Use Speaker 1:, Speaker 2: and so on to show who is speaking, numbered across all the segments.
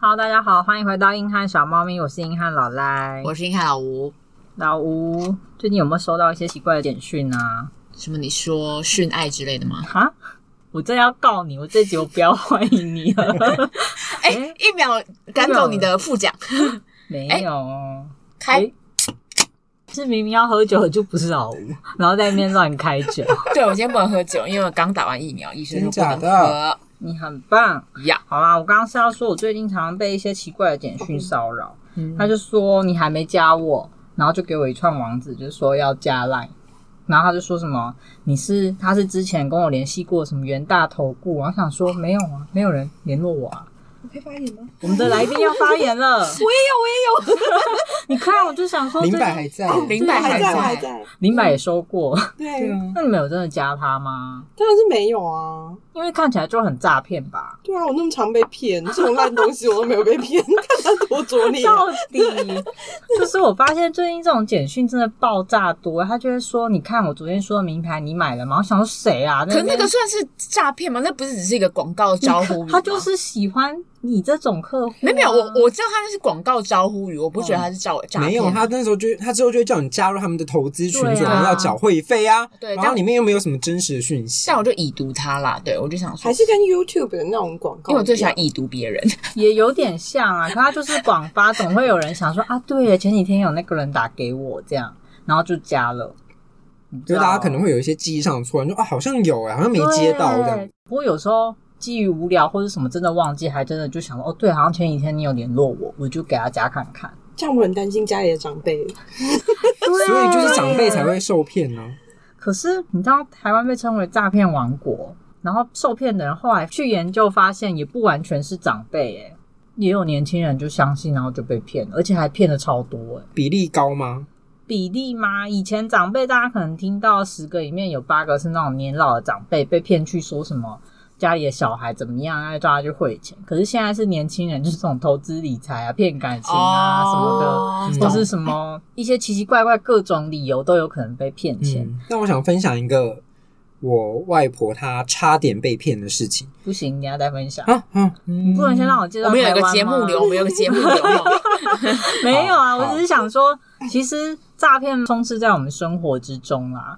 Speaker 1: Hello，大家好，欢迎回到硬汉小猫咪，我是硬汉老赖，
Speaker 2: 我是硬汉老吴。
Speaker 1: 老吴，最近有没有收到一些奇怪的简讯啊？
Speaker 2: 什么？你说训爱之类的吗？
Speaker 1: 哈，我真要告你，我这集我不要欢迎你 了，
Speaker 2: 哎、一秒赶走你的副奖，
Speaker 1: 没有哦，
Speaker 2: 开、
Speaker 1: 哎是明明要喝酒的就不是老吴，然后在那边乱开酒，
Speaker 2: 对我今天不能喝酒，因为我刚打完疫苗，医生说不能
Speaker 3: 真假
Speaker 2: 喝
Speaker 3: 的
Speaker 1: 你很棒。
Speaker 2: 呀。
Speaker 1: 好啦，我刚刚是要说，我最近常常被一些奇怪的简讯骚扰，他就说你还没加我，然后就给我一串网址，就说要加 line，然后他就说什么你是他是之前跟我联系过什么元大投顾，我想说没有啊，没有人联络我啊。
Speaker 3: 我可以发言吗？
Speaker 1: 啊我们的来宾要发言了，
Speaker 2: 我也有，我也有。
Speaker 1: 你看我就想 说，
Speaker 3: 零百还在，
Speaker 2: 林百
Speaker 3: 啊还
Speaker 2: 在，
Speaker 3: 我还在。
Speaker 1: 林百也收过，
Speaker 3: 对，
Speaker 1: 那你们有真的加他吗？
Speaker 3: 当然是没有啊。
Speaker 1: 因为看起来就很诈骗吧？
Speaker 3: 对啊，我那么常被骗，这种烂东西我都没有被骗，看他多拙劣 啊。
Speaker 1: 到底就是我发现最近这种简讯真的爆炸多，他就会说：“你看我昨天说的名牌，你买了吗？”我想说谁 啊？
Speaker 2: 可是那
Speaker 1: 边
Speaker 2: 个算是诈骗吗？那不是只是一个广告招呼语吗
Speaker 1: 他就是喜欢你这种客户、啊，
Speaker 2: 没有没有，我我知道他那是广告招呼语，我不觉得他是诈诈骗。
Speaker 4: 没有，他那时候就他之后就会叫你加入他们的投资群组，
Speaker 1: 对啊
Speaker 4: 然后要缴会费啊。
Speaker 2: 对
Speaker 4: 然后
Speaker 2: 但
Speaker 4: 里面又没有什么真实的讯息
Speaker 2: 但。我就已读他啦。对，我就想说
Speaker 3: 还，是跟 YouTube 的那种广告一样，
Speaker 2: 因为我最喜欢已读别人。
Speaker 1: 也有点像啊。可他就是广发，总会有人想说啊，对了，前几天有那个人打给我这样，然后就加了。你知
Speaker 4: 就
Speaker 1: 道
Speaker 4: 大家可能会有一些记忆上的错乱，就啊好像有哎、好像没接到这样
Speaker 1: 对。不过有时候基于无聊或者什么真的忘记，还真的就想说哦，对，好像前几天你有联络我，我就给他加看看。
Speaker 3: 这样我很担心家里的长辈。
Speaker 2: 啊
Speaker 4: 所以就是长辈才会受骗呢、
Speaker 1: 可是你知道台湾被称为诈骗王国，然后受骗的人后来去研究发现，也不完全是长辈，哎，也有年轻人就相信，然后就被骗了，而且还骗的超多，哎，
Speaker 4: 比例高吗？
Speaker 1: 比例吗？以前长辈大家可能听到十个里面有八个是那种年老的长辈被骗去说什么。家里的小孩怎么样？要叫他去汇钱。可是现在是年轻人，就是这种投资理财啊、骗感情啊、什么的，
Speaker 2: 哦
Speaker 4: 嗯
Speaker 1: 或
Speaker 2: 懂
Speaker 1: 是什么一些奇奇怪怪各种理由都有可能被骗钱。
Speaker 4: 嗯。那我想分享一个我外婆她差点被骗的事情
Speaker 1: 不行，你要再分享。
Speaker 4: 啊啊！
Speaker 1: 你
Speaker 4: 嗯
Speaker 1: 不能先让我介绍
Speaker 2: 我们有一
Speaker 1: 台
Speaker 2: 个
Speaker 1: 湾
Speaker 2: 节目
Speaker 1: 吗
Speaker 2: 流，我们有一个节目流。
Speaker 1: 没有啊，
Speaker 4: 好
Speaker 1: 我只是想说，其实诈骗充斥在我们生活之中啦。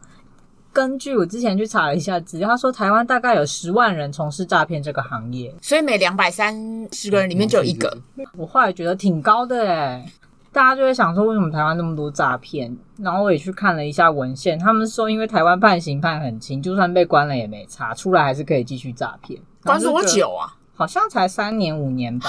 Speaker 1: 根据我之前去查了一下资料，他说台湾大概有十万人从事诈骗这个行业，
Speaker 2: 所以每两百嗯三十个人里面就有一个。
Speaker 1: 我后来觉得挺高的哎、大家就会想说，为什么台湾那么多诈骗？然后我也去看了一下文献，他们说因为台湾判刑判很轻，就算被关了也没差，出来还是可以继续诈骗。
Speaker 2: 关多
Speaker 1: 然后就觉得？
Speaker 2: 久啊？
Speaker 1: 好像才三年五年吧。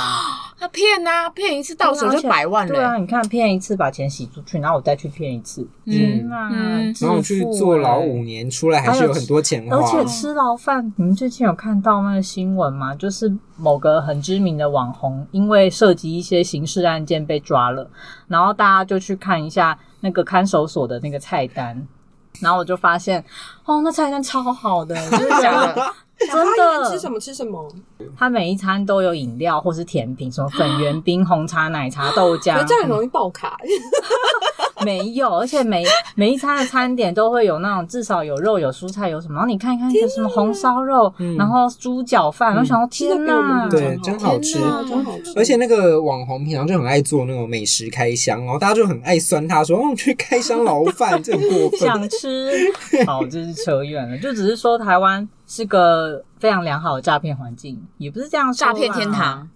Speaker 2: 他骗啊，骗一次到手
Speaker 1: 对啊
Speaker 2: 就百万
Speaker 1: 对啊，
Speaker 2: 了。
Speaker 1: 你看骗一次把钱洗出去，然后我再去骗一次，
Speaker 4: 嗯
Speaker 1: 天啊
Speaker 2: 嗯
Speaker 1: 致
Speaker 4: 然后我去
Speaker 1: 富
Speaker 4: 坐牢
Speaker 1: 欸
Speaker 2: 啊
Speaker 4: 五年，出来还是有很多钱花。
Speaker 1: 而且吃牢饭，你们最近有看到那个新闻吗？就是某个很知名的网红，因为涉及一些刑事案件被抓了，然后大家就去看一下那个看守所的那个菜单，然后我就发现，哦，那菜单超好的，就是
Speaker 2: 假
Speaker 1: 讲
Speaker 2: 的，
Speaker 3: 想发
Speaker 1: 真的
Speaker 3: 言吃什么吃什么，
Speaker 1: 他每一餐都有饮料或是甜品，什么粉圆 冰、红茶、奶茶、豆
Speaker 3: 可
Speaker 1: 浆
Speaker 3: 是，这样很容易爆卡。
Speaker 1: 没有，而且每每一餐的餐点都会有那种至少有肉、有蔬菜、有什么。然后你看一看，有什么红烧肉，
Speaker 4: 嗯
Speaker 1: 然后猪脚饭，我想说
Speaker 3: 吃的
Speaker 1: 天
Speaker 3: 比我
Speaker 1: 哪
Speaker 3: 们！
Speaker 4: 对真好吃
Speaker 3: 天哪真好吃。
Speaker 4: 而且那个网红平常就很爱做那种美食开箱，然后大家就很爱酸他说：“哦，去开箱牢饭，这很过 分。
Speaker 1: 想吃，好，这是扯远了。就只是说台湾是个非常良好的诈骗环境，也不是这样说啦
Speaker 2: 诈骗天。堂。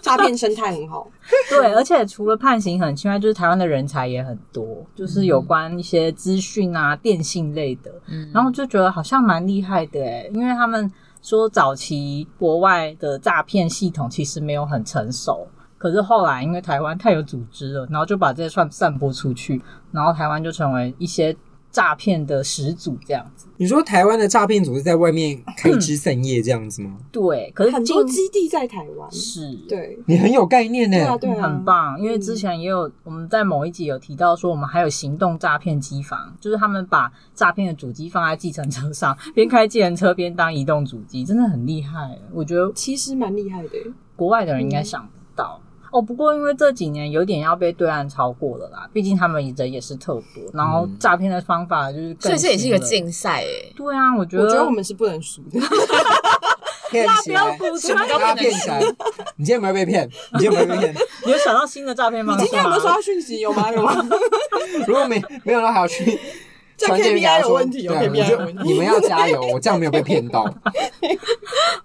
Speaker 3: 诈骗生态很好，
Speaker 1: 对，而且除了判刑很轻外，就是台湾的人才也很多，就是有关一些资讯啊、电信类的。
Speaker 2: 嗯，
Speaker 1: 然后就觉得好像蛮厉害的诶，因为他们说早期国外的诈骗系统其实没有很成熟，可是后来因为台湾太有组织了，然后就把这些串散播出去，然后台湾就成为一些诈骗的始祖这样子。”
Speaker 4: 你说台湾的诈骗组是在外面开枝散叶这样子吗？
Speaker 1: 对，可是
Speaker 3: 很
Speaker 1: 近
Speaker 3: 多基地在台湾。
Speaker 1: 是。
Speaker 3: 对，
Speaker 4: 你很有概念呢、
Speaker 3: 对啊，对
Speaker 1: 嗯
Speaker 3: 啊，
Speaker 1: 很。棒，因为
Speaker 3: 嗯
Speaker 1: 之前也有、我们在某一集有提到说，我们还有行动诈骗机房，就是他们把诈骗的主机放在计程车上，边开计程车边当移动主机，真的很厉害。欸我觉得
Speaker 3: 其实蛮厉害的，
Speaker 1: 国外的人应该想不到、哦。不过因为这几年有点要被对岸超过了啦，毕竟他们人也是特多，然后诈骗的方法就是更、
Speaker 2: 所以这也是一个。竞赛诶。欸
Speaker 1: 对啊，我觉得
Speaker 3: 我觉得我们是不能输的。
Speaker 4: 骗
Speaker 1: 蜡
Speaker 4: 起
Speaker 1: 标
Speaker 4: 来，
Speaker 1: 鼓出
Speaker 2: 什么都
Speaker 1: 来，
Speaker 2: 不
Speaker 4: 他
Speaker 2: 能
Speaker 4: 骗起来，你今天有没有被骗？你今天有没有被骗？
Speaker 1: 你有想到新的诈骗
Speaker 3: 你
Speaker 1: 方
Speaker 3: 今
Speaker 1: 式
Speaker 3: 天有没有收
Speaker 1: 吗？
Speaker 3: 到讯息？有吗？有吗？
Speaker 4: 如果没没有的话，还要去
Speaker 3: 这
Speaker 4: 传简讯给
Speaker 3: KPI
Speaker 4: 他
Speaker 3: 有
Speaker 4: 说，
Speaker 3: 问题哦
Speaker 4: 对
Speaker 3: 有
Speaker 4: 啊，
Speaker 3: KPI 有
Speaker 4: 我
Speaker 3: 问
Speaker 4: 就
Speaker 3: 题
Speaker 4: 你 们要加油，我这样没有被骗到。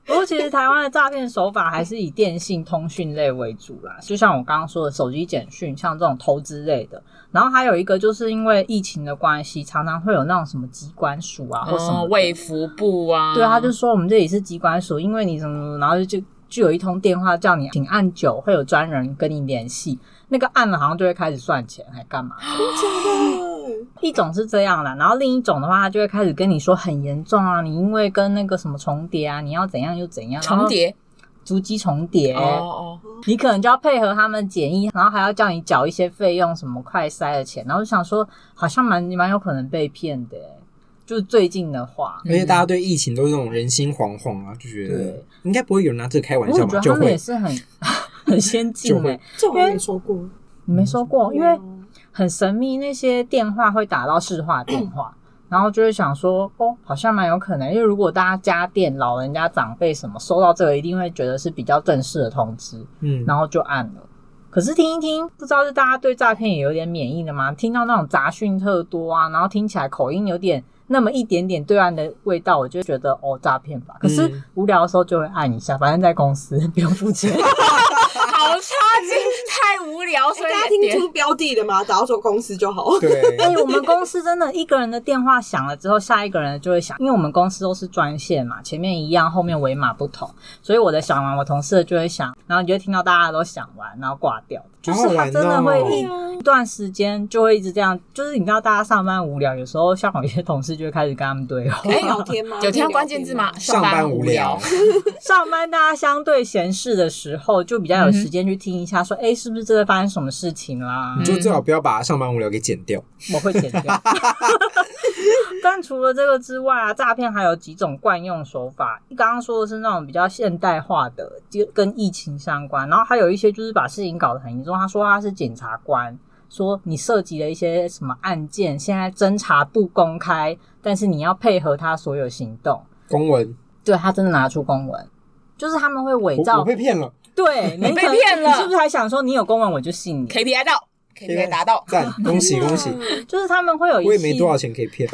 Speaker 1: 不过其实台湾的诈骗手法还是以电信通讯类为主啦，就像我刚刚说的手机简讯，像这种投资类的。然后还有一个就是因为疫情的关系，常常会有那种什么机关署啊或什么
Speaker 2: 嗯，
Speaker 1: 的
Speaker 2: 卫福部啊，
Speaker 1: 对，他就说我们这里是机关署，因为你怎么怎么，然后就就有一通电话叫你请按九，会有专人跟你联系。那个按了好像就会开始算钱，还干嘛？一种是这样啦，然后另一种的话，他就会开始跟你说很严重啊，你因为跟那个什么重叠啊，你要怎样又怎样，
Speaker 2: 重，叠
Speaker 1: 足迹重叠，
Speaker 2: 哦哦，
Speaker 1: 你可能就要配合他们检疫，然后还要叫你缴一些费用，什么快筛的钱，然后就想说好像蛮蛮有可能被骗的、欸，就最近的话，
Speaker 4: 而且大家对疫情都是那种人心惶惶啊，就觉得
Speaker 1: 对
Speaker 4: 应该不会有人拿这个开玩
Speaker 1: 不过
Speaker 4: 笑
Speaker 1: 我觉得
Speaker 4: 吧？就
Speaker 1: 他们
Speaker 4: 会
Speaker 1: 也是很 很先进欸
Speaker 4: 就
Speaker 1: 的、
Speaker 4: 会
Speaker 3: 这我没说过，哎
Speaker 1: 你没说过，因为
Speaker 3: 没有
Speaker 1: 很神秘，那些电话会打到市话电话，然后就会想说，哦，好像蛮有可能，因为如果大家家电、老人家、长辈什么收到这个，一定会觉得是比较正式的通知，
Speaker 4: 嗯，
Speaker 1: 然后就按了。可是听一听，不知道是大家对诈骗也有点免疫了吗？听到那种杂讯特多啊，然后听起来口音有点那么一点点对岸的味道，我就觉得哦诈骗吧。可是
Speaker 4: 嗯
Speaker 1: 无聊的时候就会按一下，反正在公司 不用付钱。
Speaker 2: 好差劲，太无聊，所
Speaker 3: 哎
Speaker 2: 以
Speaker 3: 大家听
Speaker 2: 点
Speaker 3: 出标的了吗？打到说公司就好。
Speaker 4: 对，
Speaker 1: 哎、我们公司真的一个人的电话响了之后，下一个人就会响，因为我们公司都是专线嘛，前面一样，后面尾码不同，所以我的响完，我同事的就会响，然后你就会听到大家都响完，然后挂掉，就是他真的会
Speaker 4: 好好玩
Speaker 1: 一一段时间就会一直这样，就是你知道大家上班无聊，有时候像我一些同事就会开始跟他们对话，
Speaker 3: 可以聊 天吗？
Speaker 2: 有听到关键字 吗？
Speaker 4: 上班无聊，
Speaker 1: 上班大家相对闲适的时候，就比较有时间去听一下说、哎，是不是真的发生什么事情啦？
Speaker 4: 你就最好不要把上班无聊给剪掉。
Speaker 1: 我会剪掉。 但除了这个之外啊，诈骗还有几种惯用手法。刚刚说的是那种比较现代化的，就跟疫情相关，然后还有一些就是把事情搞得很严重。他说他是检察官，说你涉及了一些什么案件，现在侦查不公开，但是你要配合他所有行动。
Speaker 4: 公文，
Speaker 1: 对他真的拿出公文，就是他们会伪
Speaker 4: 我
Speaker 1: 造
Speaker 4: 我。 被骗了，
Speaker 1: 对，你
Speaker 2: 你被
Speaker 1: 可能
Speaker 2: 骗了
Speaker 1: 你是不是还想说你有公文我就信你？
Speaker 2: KPI 到，KPI 达到，
Speaker 4: 赞，恭喜恭喜！
Speaker 3: 嗯
Speaker 1: 就是他们会有一
Speaker 4: 我也没
Speaker 1: 系
Speaker 4: 多少钱可 以骗，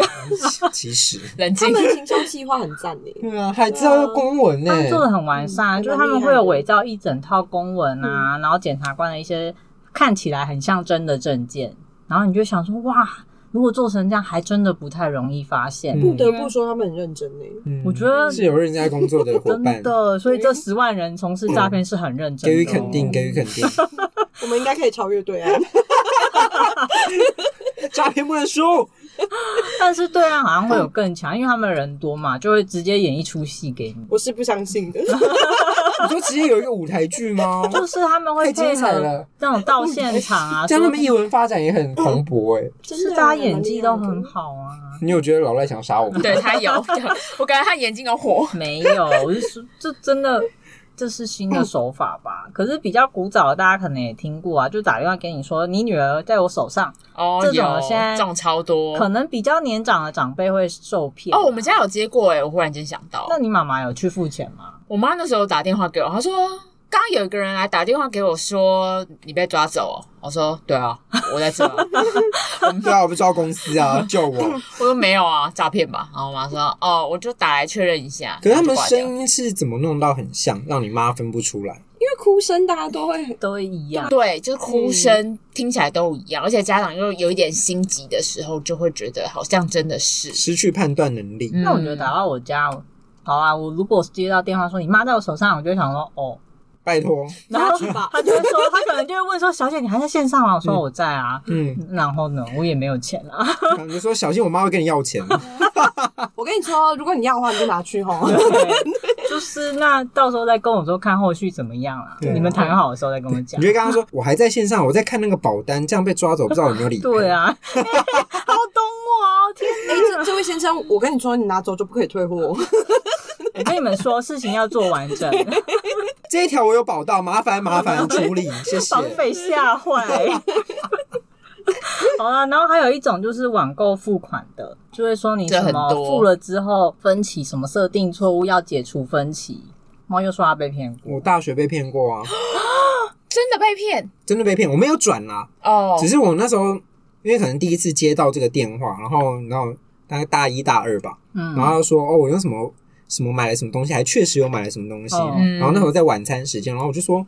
Speaker 4: 其实。
Speaker 2: 冷静
Speaker 3: 他。们行销计划很赞诶。
Speaker 4: 对啊，还知道要公文呢
Speaker 1: 他、们做的很完善啊，
Speaker 3: 嗯
Speaker 1: 就是他们会有伪造一整套公文
Speaker 4: 嗯
Speaker 1: 啊，然后检察官的一些看起来很像真的证件，然后你就想说，哇，如果做成这样，还真的不太容易发现。
Speaker 4: 嗯
Speaker 3: 不得不说他们很认真诶。
Speaker 4: 嗯
Speaker 1: 我觉得
Speaker 4: 是有认真在工作的伙伴
Speaker 1: 真，的，所以这十万人从事诈骗是很认真
Speaker 4: 给
Speaker 1: 的、
Speaker 4: 予
Speaker 1: 哦，
Speaker 4: 肯定，给予肯定。
Speaker 3: 我们应该可以超越对岸。
Speaker 4: 诈骗不能输，
Speaker 1: 但是对啊岸好像会有更强，因为他们人多嘛，就会直接演一出戏给你。
Speaker 3: 我是不相信的。
Speaker 4: 你说直接有一个舞台剧吗？
Speaker 1: 就是他们会
Speaker 4: 太精
Speaker 1: 配
Speaker 4: 彩
Speaker 1: 合
Speaker 4: 了嗯哎
Speaker 1: 那种到现场啊，
Speaker 4: 这样他们
Speaker 1: 说
Speaker 4: 艺文发展也很蓬勃哎。
Speaker 1: 就是大家演技都很好啊。
Speaker 4: 你有觉得老赖想杀我吗？
Speaker 2: 对他有， 我感觉他眼睛有火。
Speaker 1: 没有，我是说， 这真的这是新的手法吧？可是比较古早的，大家可能也听过啊，就打电话给你说你女儿在我手上，
Speaker 2: 哦，
Speaker 1: 这种
Speaker 2: 有
Speaker 1: 现在
Speaker 2: 这种超多。
Speaker 1: 可能比较年长的长辈会受骗啊
Speaker 2: 哦哦，我们家有接过哎，我忽然间想到，
Speaker 1: 那你妈妈有去付钱吗？
Speaker 2: 我妈那时候打电话给我，她说刚刚有一个人来打电话给我说你被抓走、哦，我说对啊，我在这、啊，
Speaker 4: 对啊，我不知道公司啊，救 我！
Speaker 2: 我说没有啊，诈骗吧。然后我妈说哦，我就打来确认一下。
Speaker 4: 可是他
Speaker 2: 然
Speaker 4: 们
Speaker 2: 后就挂掉
Speaker 4: 声音是怎么弄到很像，让你妈分不出来？
Speaker 3: 因为哭声大家都会很
Speaker 1: 都一样，
Speaker 2: 对，就是
Speaker 4: 嗯
Speaker 2: 哭声、听起来都一样，而且家长又有一点心急的时候，就会觉得好像真的是。
Speaker 4: 失去判断能力。
Speaker 2: 嗯
Speaker 1: 那我觉得打到我家，好啊，我如果接到电话说你妈在我手上，我就会想说哦，
Speaker 4: 拜托，
Speaker 1: 然后
Speaker 3: 去吧
Speaker 1: 他就会说，他可能就会问说小姐你还在线上吗？我说我在啊。
Speaker 4: 嗯，
Speaker 1: 然后呢，我也没有钱啊，
Speaker 4: 你就说小心我妈会跟你要钱。
Speaker 3: 我跟你说，如果你要的话，你就拿去哎吼。
Speaker 1: 对就是那到时候再跟我说看后续怎么样啊。
Speaker 4: 对啊
Speaker 1: 你们谈好的时候再跟我讲
Speaker 4: 你。就跟他说，我还在线上，我在看那个保单，这样被抓走，不知道有没有理赔。
Speaker 1: 对， 啊，好懂我哦！天
Speaker 3: 哎，这这位先生，我跟你说，你拿走就不可以退货。
Speaker 1: 哪，我跟你们说，事情要做完整，
Speaker 4: 这一条我有保到，麻烦麻 烦处理，谢谢
Speaker 1: 防。被吓 坏。好啦，啊然后还有一种就是网购付款的，就会说你
Speaker 2: 这
Speaker 1: 什
Speaker 2: 很
Speaker 1: 么
Speaker 2: 多
Speaker 1: 付了之后分歧什么设定错误要解除分歧，猫又说他被骗过，
Speaker 4: 我大学被骗过啊，
Speaker 2: 真的被骗
Speaker 4: 真的被骗，我没有转啦、
Speaker 2: 哦
Speaker 4: 只是我那时候因为可能第一次接到这个电话，然后然后大概大一大二吧，
Speaker 1: 嗯，
Speaker 4: 然后他就说哦，我用什么什么买了什么东西，还确实有买了什么东西，
Speaker 1: 哦
Speaker 2: 嗯
Speaker 4: 然后那时候在晚餐时间，然后我就说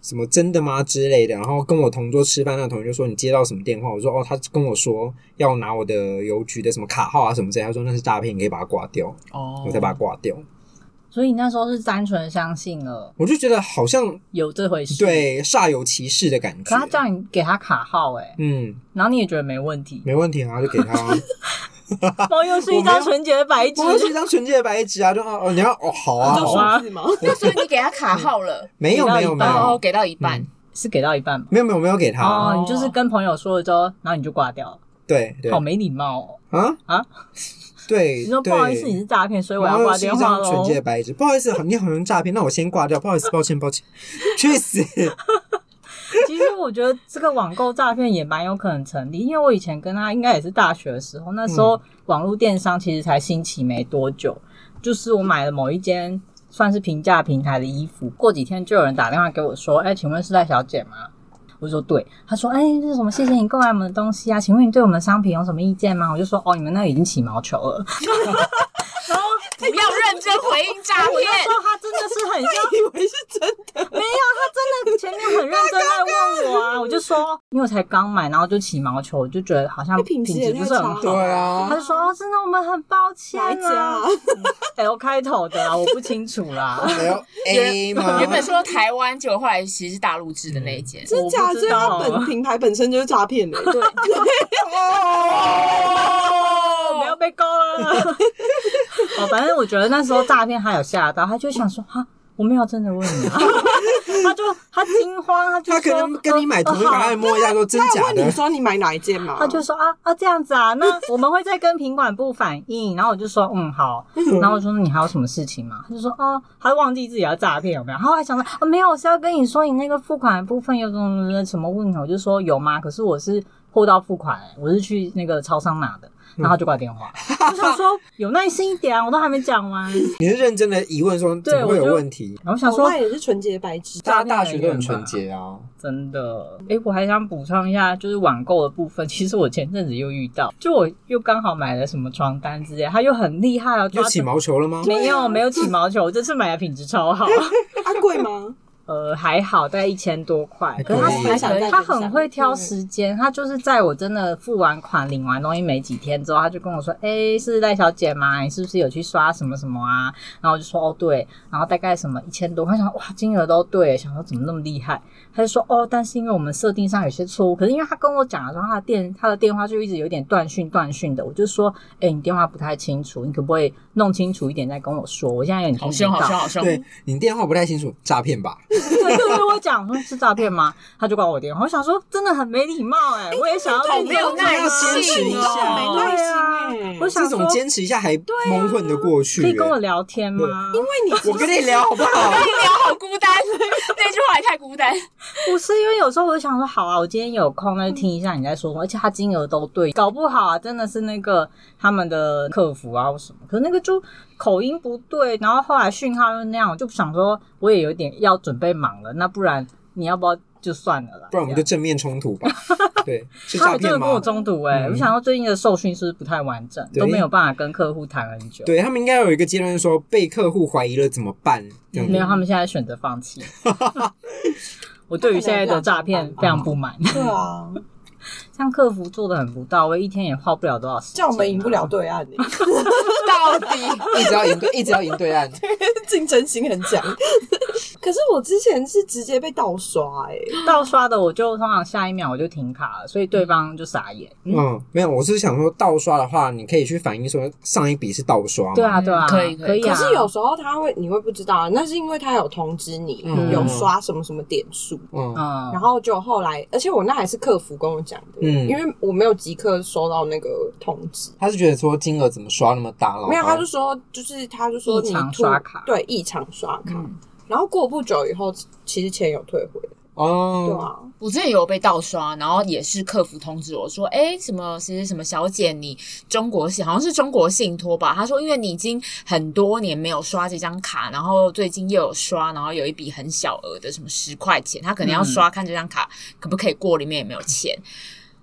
Speaker 4: 什么真的吗之类的，然后跟我同桌吃饭那个同学就说你接到什么电话？我说哦，他跟我说要拿我的邮局的什么卡号啊什么之类的，他说那是诈骗，你可以把它挂掉，
Speaker 2: 哦
Speaker 4: 我再把它挂掉。
Speaker 1: 所以你那时候是单纯相信了
Speaker 4: 我就觉得好像
Speaker 1: 有这回事，。
Speaker 4: 对煞有其事的感觉
Speaker 1: 可他。叫你给他卡号哎、
Speaker 4: 嗯，
Speaker 1: 然后你也觉得没问题，
Speaker 4: 没问题啊，就给他，
Speaker 1: 猫又是一张纯洁的白纸
Speaker 4: 我，就是一张纯洁的白纸啊，就哦哦，你要哦好啊
Speaker 3: 叫
Speaker 4: 好
Speaker 1: 啊
Speaker 4: 啊，
Speaker 3: 数字吗？
Speaker 2: 那所以你给他卡号 了，
Speaker 4: 没有没有
Speaker 1: 给到一
Speaker 4: 没
Speaker 1: 半
Speaker 2: 哦，
Speaker 4: 有
Speaker 2: 给到一半
Speaker 4: 嗯，
Speaker 1: 是给到一半吧？
Speaker 4: 没有没有没有给他，啊
Speaker 1: 哦，你就是跟朋友说了之后，然后你就挂掉了，
Speaker 4: 对对
Speaker 1: 好没礼貌哦！
Speaker 4: 啊
Speaker 1: 啊，
Speaker 4: 对，
Speaker 1: 你说不
Speaker 4: 对
Speaker 1: 好意思，你是诈骗，所以我
Speaker 4: 然
Speaker 1: 要
Speaker 4: 后
Speaker 1: 挂
Speaker 4: 是一
Speaker 1: 电话
Speaker 4: 张
Speaker 1: 喽
Speaker 4: 纯。洁的白纸，不好意思，你好像诈骗，那我先挂掉，不好意思，抱歉，抱歉， 去死！
Speaker 1: 其实我觉得这个网购诈骗也蛮有可能成立，因为我以前跟他应该也是大学的时候，那时
Speaker 4: 嗯
Speaker 1: 候网络电商其实才兴起没多久，就是我买了某一间算是平价平台的衣服，过几天就有人打电话给我说：“哎，请问是赖小姐吗？”我就说对，他说：“哎，这是什么？谢谢你购买我们的东西啊，请问你对我们的商品有什么意见吗？”我就说：“哦，你们那已经起毛球了。”
Speaker 2: 不要认真回应 诈
Speaker 1: 我
Speaker 2: 骗
Speaker 1: 那。时候他真的是很像
Speaker 3: 以为是真的，
Speaker 1: 没有，他真的前面很认真在问我啊，我就说，因为我才刚买，然后就起毛球，我就觉得好像
Speaker 3: 哎品质
Speaker 1: 质
Speaker 3: 也
Speaker 1: 不
Speaker 3: 太
Speaker 1: 是很
Speaker 3: 差
Speaker 1: 好。
Speaker 4: 对
Speaker 3: 了。
Speaker 4: 啊
Speaker 1: 他，就说：“哦，真的，我们很抱歉
Speaker 3: 哪一家
Speaker 1: 啊
Speaker 3: 啊
Speaker 1: ，L 开头的啊，我不清楚啦，
Speaker 4: 还有 A 吗？
Speaker 2: 原本说台湾，结果后来其实是大陆制的那一
Speaker 4: 嗯
Speaker 2: 间。
Speaker 3: 真假？
Speaker 1: 我不
Speaker 3: 所
Speaker 1: 知
Speaker 3: 以
Speaker 1: 道啊
Speaker 3: 它本品牌本身就是诈骗的。
Speaker 2: 对，哦
Speaker 1: 我不要被勾了。”哦，反正我觉得那时候诈骗他有吓到，他就想说：“哈，我没有真的问你啊。” 他就他惊慌，他就
Speaker 4: 他可
Speaker 1: 说
Speaker 4: 能跟你买同一
Speaker 1: 呃
Speaker 4: 款，他也摸一下说真
Speaker 3: 他有
Speaker 4: 假
Speaker 3: 问你
Speaker 4: 的，
Speaker 3: 说你买哪一件吗？哦
Speaker 1: 他就说啊啊这样子啊，那我们会再跟品管部反映。然后我就说嗯好，然后我说你还有什么事情吗？他就说哦，他忘记自己要诈骗有没有？然后还想说哦没有，我是要跟你说你那个付款的部分有什么什么问题？我就说有吗？可是我是货到付款、欸我是去那个超商拿的。然后他就挂电话，我想说有耐心一点啊，我都还没讲完。
Speaker 4: 你是认真的疑问说怎么会有问题？
Speaker 1: 然后想
Speaker 3: 想
Speaker 1: 说
Speaker 3: 说也是纯洁白纸，
Speaker 4: 大家大学都很纯洁啊，
Speaker 1: 真的，哎、我还想补充一下，就是网购的部分。 其实我前阵子又遇到，就我又刚好买了什么床单之类，它又很厉害哦，抓
Speaker 4: 又起毛球了吗？
Speaker 1: 没有没有起毛球，我这次买的品质超好，
Speaker 3: 啊贵 吗？
Speaker 1: 呃，还好，大概一千多块。
Speaker 4: 还
Speaker 1: 可是它
Speaker 4: 可以
Speaker 1: 它
Speaker 3: 还想再
Speaker 1: 它
Speaker 3: 分
Speaker 1: 很
Speaker 3: 享
Speaker 1: 会挑
Speaker 3: 嗯
Speaker 1: 时间，它就是在我真的付完款、领完东西没几天之后，他就跟我说：“哎、是赖小姐吗？你是不是有去刷什么什么啊？”然后我就说：“哦，对。”然后大概什么一千多块，想哇，金额都对，想说怎么那么厉害？他就说：“哦，但是因为我们设定上有些错误，可是因为他跟我讲的时候，他的电他的电话就一直有点断讯断讯的，我就说：‘哎、你电话不太清楚，你可不可以弄清楚一点再跟我说？’我现在有点听
Speaker 2: 好
Speaker 1: 不
Speaker 2: 凶，
Speaker 1: 到。
Speaker 2: 好凶，好凶！
Speaker 4: 对你电话不太清楚，诈骗吧？
Speaker 1: 对，就跟我讲说是诈骗吗？他就挂我电话，我想说真的很没礼貌哎、我也想要
Speaker 3: 对
Speaker 1: 礼
Speaker 2: 没有
Speaker 1: 貌
Speaker 2: 耐
Speaker 1: 啊
Speaker 2: 心
Speaker 1: 对
Speaker 4: 你都很
Speaker 3: 没耐心
Speaker 1: 啊
Speaker 3: 哎
Speaker 1: 我想
Speaker 4: 这
Speaker 1: 说啊
Speaker 4: 种坚欸持一下还蒙混的过去
Speaker 1: 可以，跟我聊天吗？因为
Speaker 4: 我跟你聊好不好？
Speaker 2: 你俩好孤单， 那句话也太孤单。
Speaker 1: 不是因为有时候我就想说，好啊，我今天有空，那就听一下你在说什么，而且他金额都对，搞不好啊，真的是那个他们的客服啊或什么，可是那个就口音不对，然后后来讯号又那样，我就想说我也有点要准备忙了，那不然你要不要就算了啦？
Speaker 4: 不然我们
Speaker 1: 这
Speaker 4: 就
Speaker 1: 样
Speaker 4: 正面冲突吧。对，是
Speaker 1: 他
Speaker 4: 诈
Speaker 1: 有真的
Speaker 4: 骗
Speaker 1: 跟我
Speaker 4: 吗？
Speaker 1: 中毒哎、
Speaker 4: 嗯
Speaker 1: 我想到最近的受训是不是不太完整，
Speaker 4: 对
Speaker 1: 都没有办法跟客户谈很久。
Speaker 4: 对他们应该有一个阶段，说被客户怀疑了怎么办？这样子
Speaker 1: 没有，他们现在选择放 弃。我对于现在的诈骗非常不满，
Speaker 3: 对啊，
Speaker 1: 像客服做的很不到位，一天也花不了多少时
Speaker 3: 这
Speaker 1: 间啊、
Speaker 3: 样我们赢不了 对岸欸，
Speaker 2: 到底
Speaker 4: 一直要赢对，一直要赢对岸。
Speaker 3: 竞争心很强。 可是我之前是直接被盗刷哎，
Speaker 1: 盗刷的，我就通常下一秒我就停卡了，所以对方就傻眼。嗯，
Speaker 4: 嗯，没有，我是想说盗刷的话，你可以去反映说上一笔是盗刷嘛。
Speaker 1: 对啊，对啊，
Speaker 2: 嗯可以
Speaker 1: 可以
Speaker 3: 可
Speaker 1: 啊。
Speaker 3: 是有时候他会，你会不知道啊，那是因为他有通知你
Speaker 4: 嗯
Speaker 3: 有刷什么什么点数，
Speaker 4: 嗯，
Speaker 1: 嗯，
Speaker 3: 然后就后来，而且我那还是客服跟我讲的，
Speaker 4: 嗯
Speaker 3: 因为我没有即刻收到那个通知。
Speaker 4: 他是觉得说金额怎么刷那么大，然后
Speaker 3: 没有，他就说，就是他就说
Speaker 1: 异
Speaker 3: 你
Speaker 1: 常
Speaker 3: 突
Speaker 1: 刷卡
Speaker 3: 对，异常刷卡。
Speaker 1: 嗯
Speaker 3: 然后过不久以后，其实钱有退回，对
Speaker 4: 哦，
Speaker 3: 啊，
Speaker 2: 我之前有被盗刷，然后也是客服通知我说，哎，什么谁谁什么小姐，你中国信好像是中国信托吧？他说，因为你已经很多年没有刷这张卡，然后最近又有刷，然后有一笔很小额的什么十块钱，他可能要刷看这张卡可不可以过，里面有没有钱。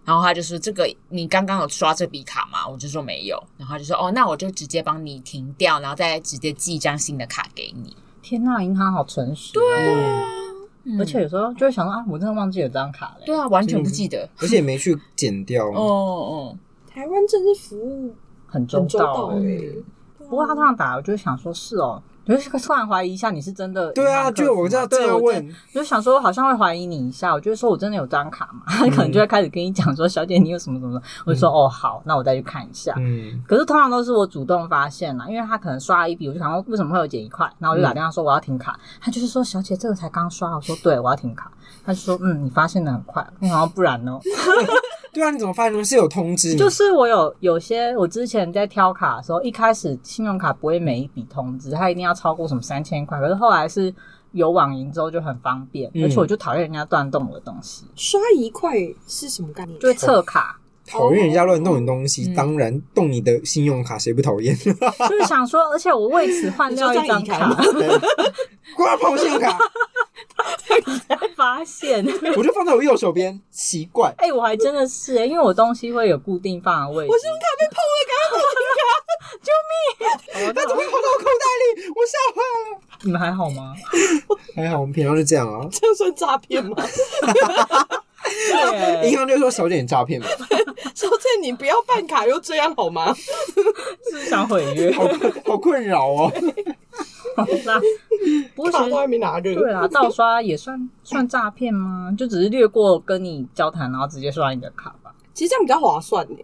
Speaker 2: 然后他就说：“这个你刚刚有刷这笔卡吗？”我就说没有。然后他就说：“哦，那我就直接帮你停掉，然后再直接寄一张新的卡给你。
Speaker 1: 天呐，银行好诚实、哦。
Speaker 4: 嗯，
Speaker 2: 嗯
Speaker 1: 而且有时候就会想说啊，我真的忘记有这张卡嘞。欸
Speaker 2: 对啊，完全不记得。
Speaker 4: 而且也没去剪掉。
Speaker 2: 哦哦，
Speaker 3: 台湾政治服务
Speaker 1: 很周
Speaker 3: 很周
Speaker 1: 到
Speaker 3: 到
Speaker 1: 欸。
Speaker 3: 哎、
Speaker 2: 嗯
Speaker 1: 不过他这样打，我就会想说，是哦，就是突然怀疑一下你是真的银行客服
Speaker 4: 对
Speaker 1: 吗。
Speaker 4: 啊，就我这样这
Speaker 1: 对
Speaker 4: 样，
Speaker 1: 我
Speaker 4: 问，
Speaker 1: 就就想说好像会怀疑你一下。我就会说我真的有这张卡嘛，他可能就会开始跟你讲说，小姐你有什么什么什么，我就说哦好，那我再去看一下。
Speaker 4: 嗯，
Speaker 1: 可是通常都是我主动发现啦，因为他可能刷了一笔，我就想说为什么会有减一块，然后我就打电话说我要停卡，他就是说小姐这个才刚刷，我说对，我要停卡，他就说嗯你发现的很快，我想说不然呢？
Speaker 4: 对啊，你怎么发现是有通知你？
Speaker 1: 就是我有有些我之前在挑卡的时候，一开始信用卡不会每一笔通知，它一定要超过什么三千块，可是后来是有网银之后就很方便，
Speaker 4: 嗯
Speaker 1: 而且我就讨厌人家断动我的东西，
Speaker 3: 刷一块是什么概 念？
Speaker 1: 就是测卡，
Speaker 4: 讨厌人家乱动你东西，
Speaker 2: 嗯
Speaker 4: 当然动你的信用卡，谁不讨厌？
Speaker 1: 就是想说，而且我为此换掉一张卡
Speaker 3: 你说这样移开，
Speaker 4: 挂碰信用卡，
Speaker 1: 发现。
Speaker 4: 我就放在我右手边，奇怪。
Speaker 1: 哎、我还真的是、因为我东西会有固定放的位置。我信用卡被碰了，赶快停卡！救命！
Speaker 4: 那怎么会跑到我口袋里？我吓坏了。
Speaker 1: 你们还好吗？
Speaker 4: 还好我们平常就这样啊。
Speaker 3: 这样算诈骗吗？
Speaker 1: 对
Speaker 4: 银，行就说小姐你诈骗吧，
Speaker 3: 小姐，你不要办卡又这样好吗？
Speaker 1: 是不是想毁约。
Speaker 4: 好困好困扰哦。
Speaker 1: 好啦，不过其
Speaker 3: 卡
Speaker 1: 实
Speaker 3: 都还没拿热。
Speaker 1: 对啦，啊盗刷也算算诈骗吗？就只是略过跟你交谈，然后直接刷你的卡吧。
Speaker 3: 其实这样比较划算呢，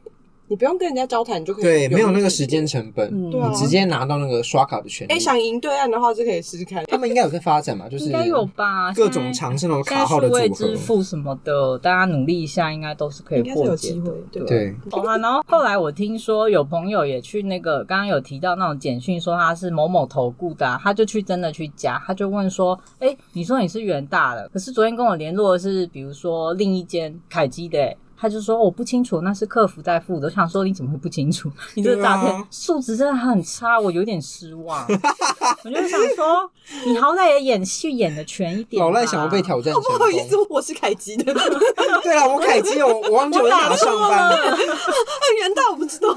Speaker 3: 你不用跟人家交谈，你就可以
Speaker 4: 对，没有那个时。间成本，
Speaker 1: 嗯，
Speaker 3: 对啊
Speaker 4: 你直接拿到那个刷卡的权
Speaker 3: 哎，
Speaker 4: 利。
Speaker 3: 想赢对岸的话，就可以试试看。
Speaker 4: 他们应该有在发展吧？就是
Speaker 1: 应该有吧？
Speaker 4: 各种
Speaker 1: 现在
Speaker 4: 尝试那种
Speaker 1: 现在
Speaker 4: 卡号的
Speaker 1: 数位
Speaker 4: 组
Speaker 1: 支
Speaker 4: 合。
Speaker 1: 付什么的，大家努力一下，应该都是可以
Speaker 3: 应该是
Speaker 1: 破
Speaker 3: 有
Speaker 1: 解
Speaker 3: 机
Speaker 1: 的
Speaker 3: 会。对吧
Speaker 4: 对，
Speaker 1: 好啊，然后后来我听说有朋友也去那个，刚刚有提到那种简讯说他是某某投顾的啊、他就去真的去加，他就问说，哎、你说你是元大的，可是昨天跟我联络的是比如说另一间凯基的、诶他就说我、不清楚，那是客服在付的。我想说你怎么会不清楚？ 你这个诈
Speaker 4: 对
Speaker 1: 骗
Speaker 4: 啊
Speaker 1: 素质真的很差，我有点失望。我就想说，你好歹也演戏演的全一点吧。
Speaker 4: 老赖想要被挑战成
Speaker 3: 哦不好意思
Speaker 4: 功。，
Speaker 3: 我是凯基的，啊，
Speaker 4: 对啊，我凯基有，我忘记我在哪上班。
Speaker 3: 元大我不知道，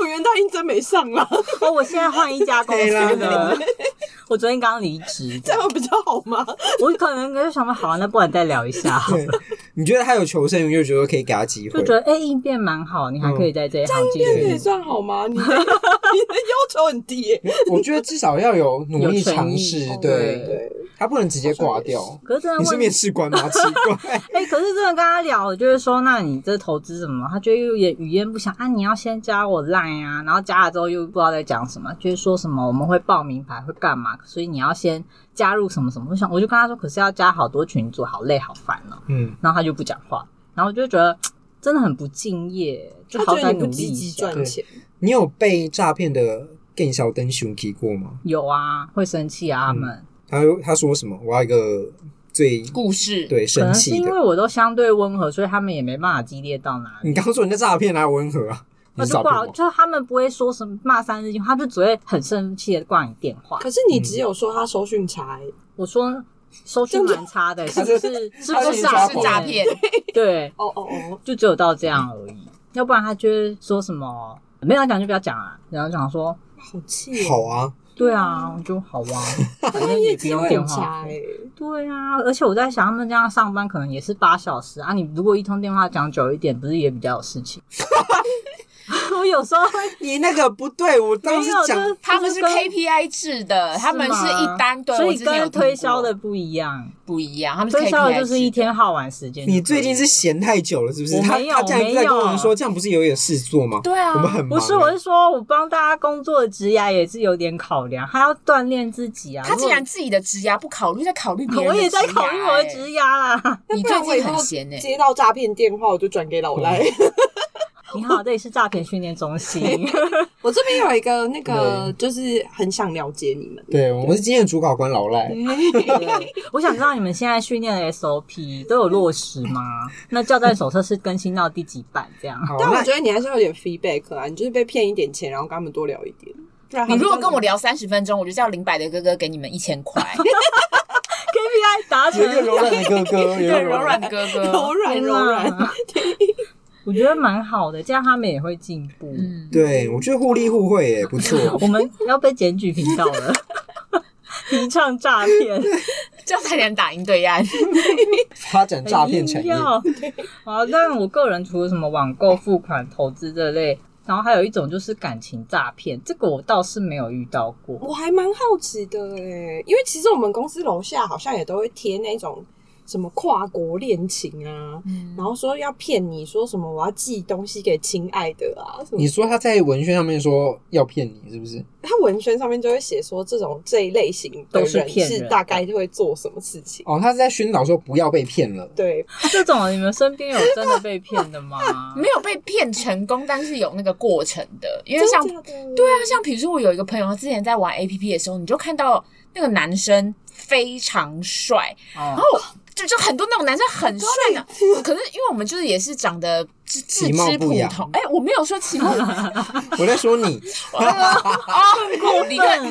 Speaker 3: 我元大应征没上啦，
Speaker 1: 哦，我现在换一家公 司
Speaker 4: 对
Speaker 1: 了
Speaker 4: 啦，
Speaker 1: 我昨天刚离职的
Speaker 3: 这。样比较好吗？
Speaker 1: 我可能就想说，好、啊，那不然再聊一下好了，
Speaker 4: 对，你觉得他有求生欲，就觉得可以给他机
Speaker 1: 就
Speaker 4: 会
Speaker 1: 觉。得哎、应变蛮好，你还可以在这一行继
Speaker 3: 这
Speaker 1: 续
Speaker 3: 也算好吗？ 你的你的要求很低耶。
Speaker 4: 我觉得至少要有努力尝试
Speaker 1: 有诚意，
Speaker 4: 对
Speaker 3: 对，
Speaker 4: 他不能直接挂掉。
Speaker 1: 可是真的
Speaker 4: 你是
Speaker 1: 问，
Speaker 4: 面试官吗？奇 怪，
Speaker 1: 哎、可是真的跟他聊，就是说，那你这投资什么？他就又也语焉不详啊，你要先加我 line 啊，然后加了之后又不知道在讲什么，就是说什么我们会报名牌会干嘛，所以你要先加入什么什么。我想我就跟他说，可是要加好多群组，好累好烦哦、
Speaker 4: 嗯，
Speaker 1: 然后他就不讲话，然后我就觉得真的很不敬业，就
Speaker 3: 他
Speaker 1: 好
Speaker 3: 觉得
Speaker 1: 歹
Speaker 3: 你不
Speaker 1: 努力
Speaker 3: 积
Speaker 1: 一
Speaker 3: 极
Speaker 4: 嗯
Speaker 1: 下。
Speaker 3: 赚钱，
Speaker 4: 你有被诈骗的更小灯熊提过吗？
Speaker 1: 有啊，会生气啊，他
Speaker 4: 嗯
Speaker 1: 们。
Speaker 4: 他他说什么？我要一个最
Speaker 2: 故事
Speaker 4: 对
Speaker 1: 可
Speaker 4: 神
Speaker 1: 能是
Speaker 4: 奇
Speaker 1: 因为
Speaker 4: 的。
Speaker 1: 我都相对温和，所以他们也没办法激烈到哪里。
Speaker 4: 你刚刚说人家诈骗啊，温和啊，你
Speaker 1: 那
Speaker 4: 是
Speaker 1: 就
Speaker 4: 诈
Speaker 1: 挂
Speaker 4: 骗
Speaker 1: 了，
Speaker 4: 吗？
Speaker 1: 就是他们不会说什么骂三字经，他就只会很生气的挂你电话。
Speaker 3: 可是你只有说他收讯差耶，
Speaker 1: 我说收讯蛮差的，是
Speaker 4: 他
Speaker 1: 不？
Speaker 4: 就是
Speaker 1: 是
Speaker 2: 他
Speaker 1: 不
Speaker 2: 就是是
Speaker 1: 诈
Speaker 4: 他
Speaker 2: 是诈骗？
Speaker 1: 对，
Speaker 3: 哦哦哦，
Speaker 1: 就只有到这样而已。要不然他就会说什么没有讲就不要讲啊，然后讲说
Speaker 3: 好气哦，
Speaker 4: 好啊，
Speaker 1: 对啊，我就好 啊，反
Speaker 3: 那
Speaker 1: 正
Speaker 3: 业
Speaker 1: 也不
Speaker 3: 绩
Speaker 1: 用
Speaker 3: 会
Speaker 1: 电
Speaker 3: 很
Speaker 1: 话
Speaker 3: 差
Speaker 1: 费。
Speaker 3: 哎。
Speaker 1: 对啊，而且我在想，他们这样上班可能也是八小时啊。你如果一通电话讲久一点，不是也比较有事 情？我有时候会
Speaker 4: 你那个不对，我当
Speaker 1: 没
Speaker 4: 时
Speaker 1: 有，
Speaker 4: 讲
Speaker 1: 就是
Speaker 2: 他们是
Speaker 1: 跟
Speaker 2: KPI 制的，他们是
Speaker 1: 吗
Speaker 2: 一单对，
Speaker 1: 所
Speaker 2: 我
Speaker 1: 以
Speaker 2: 之前有
Speaker 1: 跟
Speaker 2: 听过
Speaker 1: 推销的不一样。
Speaker 2: 不一样，他们是
Speaker 1: 推销
Speaker 2: KPI
Speaker 1: 的就是一天耗完时间就可以。
Speaker 4: 你最近是闲太久了，是不是？
Speaker 1: 我
Speaker 4: 他
Speaker 1: 没有
Speaker 4: 他这样一直在跟我
Speaker 1: 没有
Speaker 4: 们说，这样不是有点事做吗？
Speaker 2: 对啊
Speaker 4: 我们很忙。
Speaker 1: 不
Speaker 4: 欸
Speaker 1: 是？我是说，我帮大家工作的职涯也是有点考量，还要锻炼自己啊。
Speaker 2: 他竟然自己的职涯不考虑，在考虑别
Speaker 1: 如
Speaker 2: 人
Speaker 1: 果我也在考虑我的
Speaker 2: 职
Speaker 1: 职
Speaker 2: 涯
Speaker 1: 涯啦。
Speaker 2: 欸。你
Speaker 3: 不然
Speaker 2: 最
Speaker 3: 我以
Speaker 2: 近
Speaker 3: 后
Speaker 2: 很闲呢，
Speaker 1: 嗯
Speaker 3: 接到诈骗电话，我就转给老赖。
Speaker 1: 你好，这里是诈骗训练中心。
Speaker 3: 我这边有一个那个，就是很想了解你们。
Speaker 4: 欸对，我是今天的主考官老
Speaker 1: 哎
Speaker 4: 赖。
Speaker 1: 嗯对我想知道你们现在训练的 SOP 都有落实吗？那教战手册是更新到第几版？这样
Speaker 4: 好，
Speaker 3: 但我
Speaker 4: 那
Speaker 3: 觉得你还是有点 feedback 啊，你就是被骗一点钱，然后跟他们多聊一点。不然他
Speaker 2: 你
Speaker 3: 们
Speaker 2: 如果
Speaker 3: 真的
Speaker 2: 跟我聊三十分钟，我就叫林柏的哥哥给你们一千块。
Speaker 1: KPI 达成
Speaker 4: 有一个柔软的哥哥，有一
Speaker 2: 对，
Speaker 4: 个
Speaker 2: 柔
Speaker 4: 软
Speaker 2: 软哥
Speaker 3: 柔
Speaker 2: 哥，
Speaker 3: 软柔软，
Speaker 1: 天哪我觉得蛮好的，这样他们也会进步。
Speaker 2: 嗯，
Speaker 4: 对，我觉得互利互惠也不错。
Speaker 1: 我们要被检举频道了， 提倡诈骗，
Speaker 2: 这样才能打赢对岸。
Speaker 4: 发展诈骗产业，
Speaker 1: 要。 好，但我个人除了什么网购付款、投资这类，然后还有一种就是感情诈骗，这个我倒是没有遇到过。
Speaker 3: 我还蛮好奇的哎、因为其实我们公司楼下好像也都会贴那种什么跨国恋情啊，然后说要骗你说什么我要寄东西给亲爱的啊，什么
Speaker 4: 你说他在文宣上面说要骗你，是不是？
Speaker 3: 他文宣上面就会写说这种这一类型的
Speaker 1: 都是
Speaker 3: 人
Speaker 1: 骗
Speaker 3: 是
Speaker 1: 人
Speaker 3: 大概会做什么事情。
Speaker 4: 哦，他是在宣导说不要被骗了。
Speaker 3: 对，
Speaker 1: 这种你们身边有真的被骗的吗？
Speaker 2: 没有被骗成功，但是有那个过程的，因为像
Speaker 3: 真的假的
Speaker 2: 对啊，像比如说我有一个朋友，他之前在玩 A P P 的时候，你就看到那个男生非常帅，
Speaker 1: 哦
Speaker 2: 然后就就很多那种男生很帅的， 可是因为我们就是也是长得至至
Speaker 4: 其貌
Speaker 2: 之
Speaker 4: 不
Speaker 2: 普
Speaker 4: 扬
Speaker 2: 通，哎、我没有说其貌 啊，
Speaker 4: 我在说你，
Speaker 2: 立刻
Speaker 4: 嗯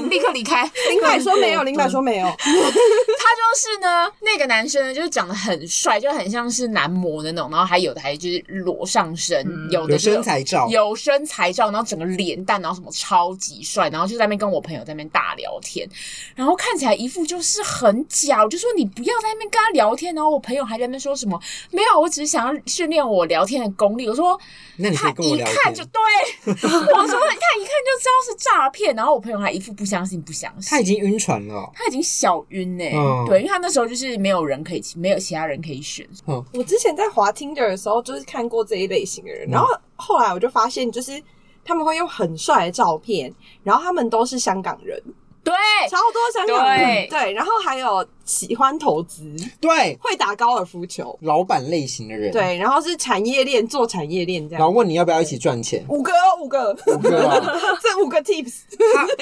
Speaker 2: 立哦刻离开。嗯
Speaker 3: 林凯说没有，林凯说没有，
Speaker 2: 他就是呢，那个男生呢，就是长得很帅，就很像是男模的那种，然后还有的还就是裸上身，
Speaker 1: 嗯
Speaker 2: 有的
Speaker 4: 有
Speaker 2: 就
Speaker 4: 身材照，
Speaker 2: 哦有身材照，然后整个脸蛋，然后什么超级帅，然后就在那边跟我朋友在那边大聊天，然后看起来一副就是很假，我就说你不要在那边跟他聊天，然后我朋友还在那边说什么没有，我只是想要训练我聊天的功力，我说
Speaker 4: 那你可
Speaker 2: 他
Speaker 4: 以跟我
Speaker 2: 一
Speaker 4: 聊
Speaker 2: 看
Speaker 4: 一
Speaker 2: 就
Speaker 4: 天。
Speaker 2: 对，我说他一看就知道是诈骗，然后我朋友还一副不相信不相信，
Speaker 4: 他已经晕船了，
Speaker 2: 他已经小晕呢、
Speaker 4: 嗯
Speaker 2: 对，因为他那时候就是没有人可以，没有其他人可以选，
Speaker 3: 我之前在滑 Tinder 的时候，就是看过这一类型的人，
Speaker 4: 嗯
Speaker 3: 然后后来我就发现，就是他们会用很帅的照片，然后他们都是香港人，
Speaker 2: 对，
Speaker 3: 超多香港人，
Speaker 2: 对
Speaker 3: 对，然后还有喜欢投资，
Speaker 4: 对，
Speaker 3: 会打高尔夫球，
Speaker 4: 老板类型的人，，
Speaker 3: 对，然后是产业链做产业链这
Speaker 4: 然后
Speaker 3: 样，
Speaker 4: 问你要不要一起赚钱。
Speaker 3: 五个哦，五个，
Speaker 4: 五个哦
Speaker 3: 这五个 tips，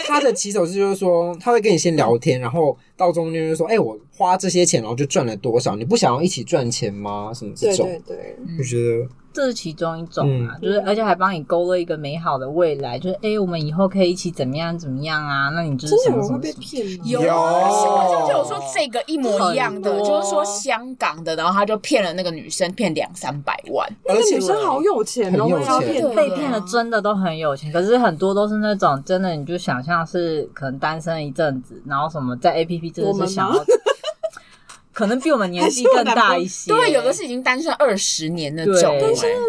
Speaker 4: 他他的起手式就是说，他会跟你先聊天，然后到中间就说，哎、我花这些钱，然后就赚了多少，你不想要一起赚钱吗？什么 这
Speaker 3: 对
Speaker 4: 种，
Speaker 3: 对对，
Speaker 4: 我觉得
Speaker 1: 这是其中一种
Speaker 3: 嗯
Speaker 1: 啊，就是而且还帮你勾勒一个美好的未来，就是诶，我们以后可以一起怎么样怎么样啊？那你就是
Speaker 3: 真的
Speaker 1: 什
Speaker 3: 有
Speaker 1: 么
Speaker 3: 人
Speaker 1: 什
Speaker 3: 会
Speaker 1: 么
Speaker 3: 被
Speaker 1: 什么
Speaker 3: 骗吗？
Speaker 2: 有
Speaker 4: 有
Speaker 2: 啊，新闻上就有说这个一模一样的，
Speaker 1: 很多
Speaker 2: 就是说香港的，然后他就骗了那个女生，骗两三百万，
Speaker 3: 那
Speaker 4: 而
Speaker 3: 个
Speaker 4: 且
Speaker 3: 女生好有钱哦，
Speaker 4: 很有
Speaker 3: 被她
Speaker 4: 钱
Speaker 3: 骗
Speaker 1: 被骗的真的都很有钱，可是很多都是那种真的，你就想象是可能单身一阵子，然后什么在 A P P 真的是想
Speaker 3: 我
Speaker 1: 要，可能比我们年纪
Speaker 3: 还是我
Speaker 1: 更
Speaker 3: 男
Speaker 1: 大
Speaker 3: 朋友
Speaker 1: 一些，
Speaker 2: 对，有的是已经单身二十年的
Speaker 1: 对
Speaker 2: 种，哎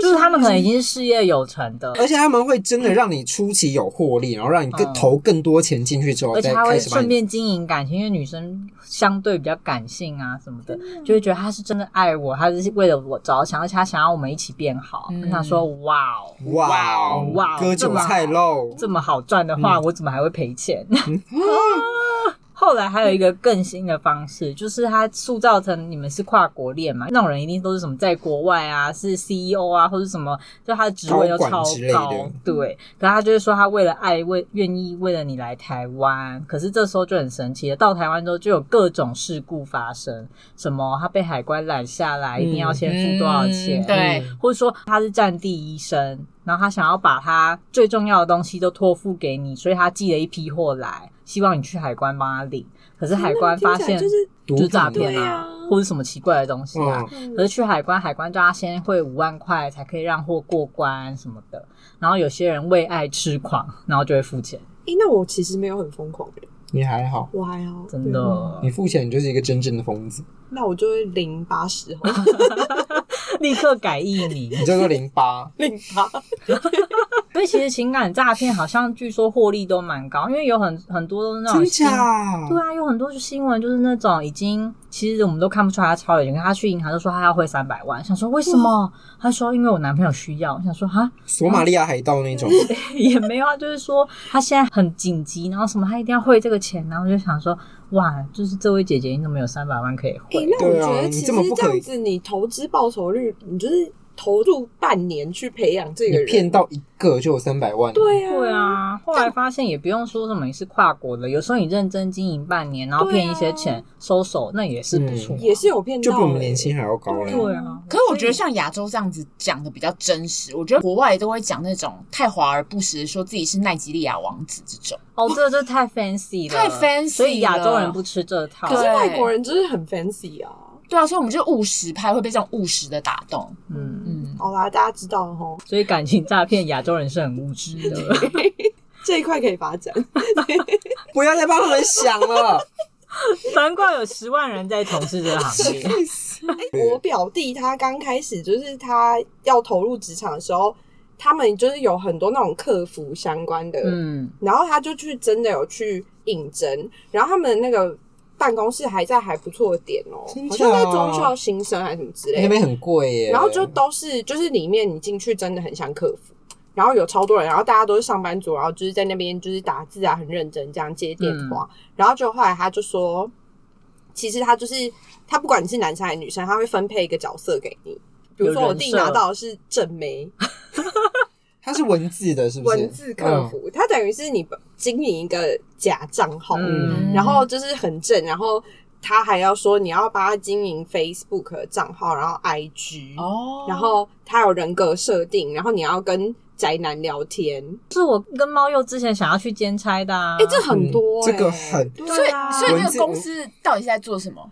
Speaker 1: 就是他们可能已经是事业有成的，
Speaker 4: 而且他们会真的让你初期有获利，然后让你更
Speaker 1: 嗯
Speaker 4: 投更多钱进去之后，
Speaker 1: 而且
Speaker 4: 再
Speaker 1: 他
Speaker 4: 开
Speaker 1: 会
Speaker 4: 始把
Speaker 1: 顺
Speaker 4: 你。
Speaker 1: 便经营感情，因为女生相对比较感性啊什么的，就会觉得他是真的爱我，他是为了我着想，而且他想要我们一起变好。
Speaker 2: 嗯
Speaker 1: 我想说，哇哦，
Speaker 4: 哇哦，
Speaker 1: 哇哦
Speaker 4: 割
Speaker 1: 这
Speaker 4: 韭
Speaker 1: 么
Speaker 4: 菜喽！
Speaker 1: 这么好赚的话，
Speaker 4: 嗯
Speaker 1: 我怎么还会赔 钱？啊后来还有一个更新的方式，就是他塑造成你们是跨国恋嘛，那种人一定都是什么在国外啊，是 CEO 啊，或者什么，就他的职位又
Speaker 4: 高管
Speaker 1: 超
Speaker 4: 之类
Speaker 1: 高
Speaker 4: 的，
Speaker 1: 对。可他就是说他为了爱为愿意为了你来台湾，可是这时候就很神奇了，到台湾之后就有各种事故发生，什么他被海关拦下来，一定要先付多少钱，
Speaker 2: 嗯对，
Speaker 1: 或者说他是战地医生，然后他想要把他最重要的东西都托付给你，所以他寄了一批货来，希望你去海关帮他领。可是海关发现
Speaker 3: 那听起来
Speaker 1: 就
Speaker 4: 毒
Speaker 1: 是
Speaker 4: 品
Speaker 1: 诈骗
Speaker 3: 对
Speaker 1: 啊
Speaker 3: 啊，
Speaker 1: 或者什么奇怪的东西啊。
Speaker 4: 嗯，
Speaker 3: 就是
Speaker 1: 可是去海关，海关叫他先汇五万块才可以让货过关什么的。然后有些人为爱痴狂，然后就会付钱，
Speaker 3: 诶，哎那我其实没有很疯狂耶，
Speaker 4: 你还好，
Speaker 3: 我还好，
Speaker 1: 真的
Speaker 3: 对。
Speaker 4: 你付钱你就是一个真正的疯子，
Speaker 3: 那我就会零八十后，。
Speaker 1: 立刻改译名。
Speaker 4: 你叫做零八
Speaker 3: 零八，
Speaker 1: 所以其实情感诈骗好像据说获利都蛮高，因为有很很多都是那种
Speaker 4: 真
Speaker 1: 新
Speaker 4: 假？
Speaker 1: 对啊，有很多新闻就是那种已经，其实我们都看不出来他超有钱，可是他去银行就说他要汇三百万，想说为什么？
Speaker 3: 嗯
Speaker 1: 他说因为我男朋友需要，我想说哈
Speaker 4: 索马利亚海盗那种，
Speaker 1: 也没有啊，就是说他现在很紧急，然后什么他一定要汇这个钱，然后我就想说哇，就是这位姐姐你怎么有三百万可以
Speaker 3: 诶，
Speaker 1: 汇？
Speaker 3: 那我
Speaker 4: 对啊
Speaker 3: 觉得
Speaker 4: 你
Speaker 3: 其实
Speaker 4: 这么不
Speaker 3: 这
Speaker 4: 可以
Speaker 3: 样子，你投资报酬率，你就是投入半年去培养这个
Speaker 4: 你
Speaker 3: 人，
Speaker 4: 骗到一个就有三百万，
Speaker 3: 对啊，
Speaker 1: 对，啊，后来发现也不用说什么你是跨国的，有时候你认真经营半年，然后骗一些钱收手，那也是不错啊、
Speaker 4: 嗯
Speaker 3: 啊也是有骗到、
Speaker 4: 就
Speaker 3: 欸，
Speaker 4: 比我们年轻还要高欸了。
Speaker 1: 对啊。
Speaker 2: 可是我觉得像亚洲这样子讲的比较真实，我觉得国外都会讲那种太华而不实，说自己是奈及利亚王子这种。
Speaker 1: 哦，这这太 fancy 了，
Speaker 2: 太 fancy
Speaker 1: 所以亚洲人不吃这套。
Speaker 3: 可是
Speaker 2: 对
Speaker 3: 外国人就是很 fancy 啊。
Speaker 2: 对啊，所以我们就务实派会被这种务实的打动。
Speaker 1: 嗯，
Speaker 2: 嗯，
Speaker 3: 好啦，大家知道了吼，
Speaker 1: 所以感情诈骗亚洲人是很无知的。
Speaker 3: 这一块可以发展。
Speaker 4: 不要再帮他们想了。
Speaker 1: 难怪有十万人在从事这个行
Speaker 4: 啊
Speaker 1: 业。
Speaker 4: 嗯
Speaker 3: 我表弟他刚开始就是他要投入职场的时候，他们就是有很多那种客服相关的，
Speaker 1: 嗯，
Speaker 3: 然后他就去真的有去应征，然后他们那个办公室还在还不错的点哦、
Speaker 4: 真
Speaker 3: 好
Speaker 4: 假
Speaker 3: 像在中校新生还是什么之类
Speaker 4: 那
Speaker 3: 的，
Speaker 4: 边很贵耶，
Speaker 3: 然后就都是就是里面你进去真的很像客服。然后有超多人，然后大家都是上班族，然后就是在那边就是打字啊，很认真这样接电话。然后就后来他就说，其实他就是他不管你是男生还是女生，他会分配一个角色给你。比如
Speaker 1: 有
Speaker 3: 说我
Speaker 1: 人
Speaker 3: 弟
Speaker 1: 设
Speaker 3: 拿到的是正妹，
Speaker 4: 它是文字的，是不是？嗯
Speaker 3: 文字客服，它等于是你经营一个假账号，
Speaker 1: 嗯
Speaker 3: 然后就是很正，然后他还要说你要帮他经营 Facebook 的账号，然后 IG，、
Speaker 2: 哦
Speaker 3: 然后他有人格设定，然后你要跟宅男聊天，
Speaker 1: 是我跟猫鼬之前想要去兼差的啊。
Speaker 3: 哎、这很多、
Speaker 4: 嗯
Speaker 3: 欸
Speaker 4: 这个很
Speaker 2: 所以
Speaker 3: 对啊，
Speaker 2: 所以那
Speaker 4: 文字
Speaker 2: 个公司到底是在做什么？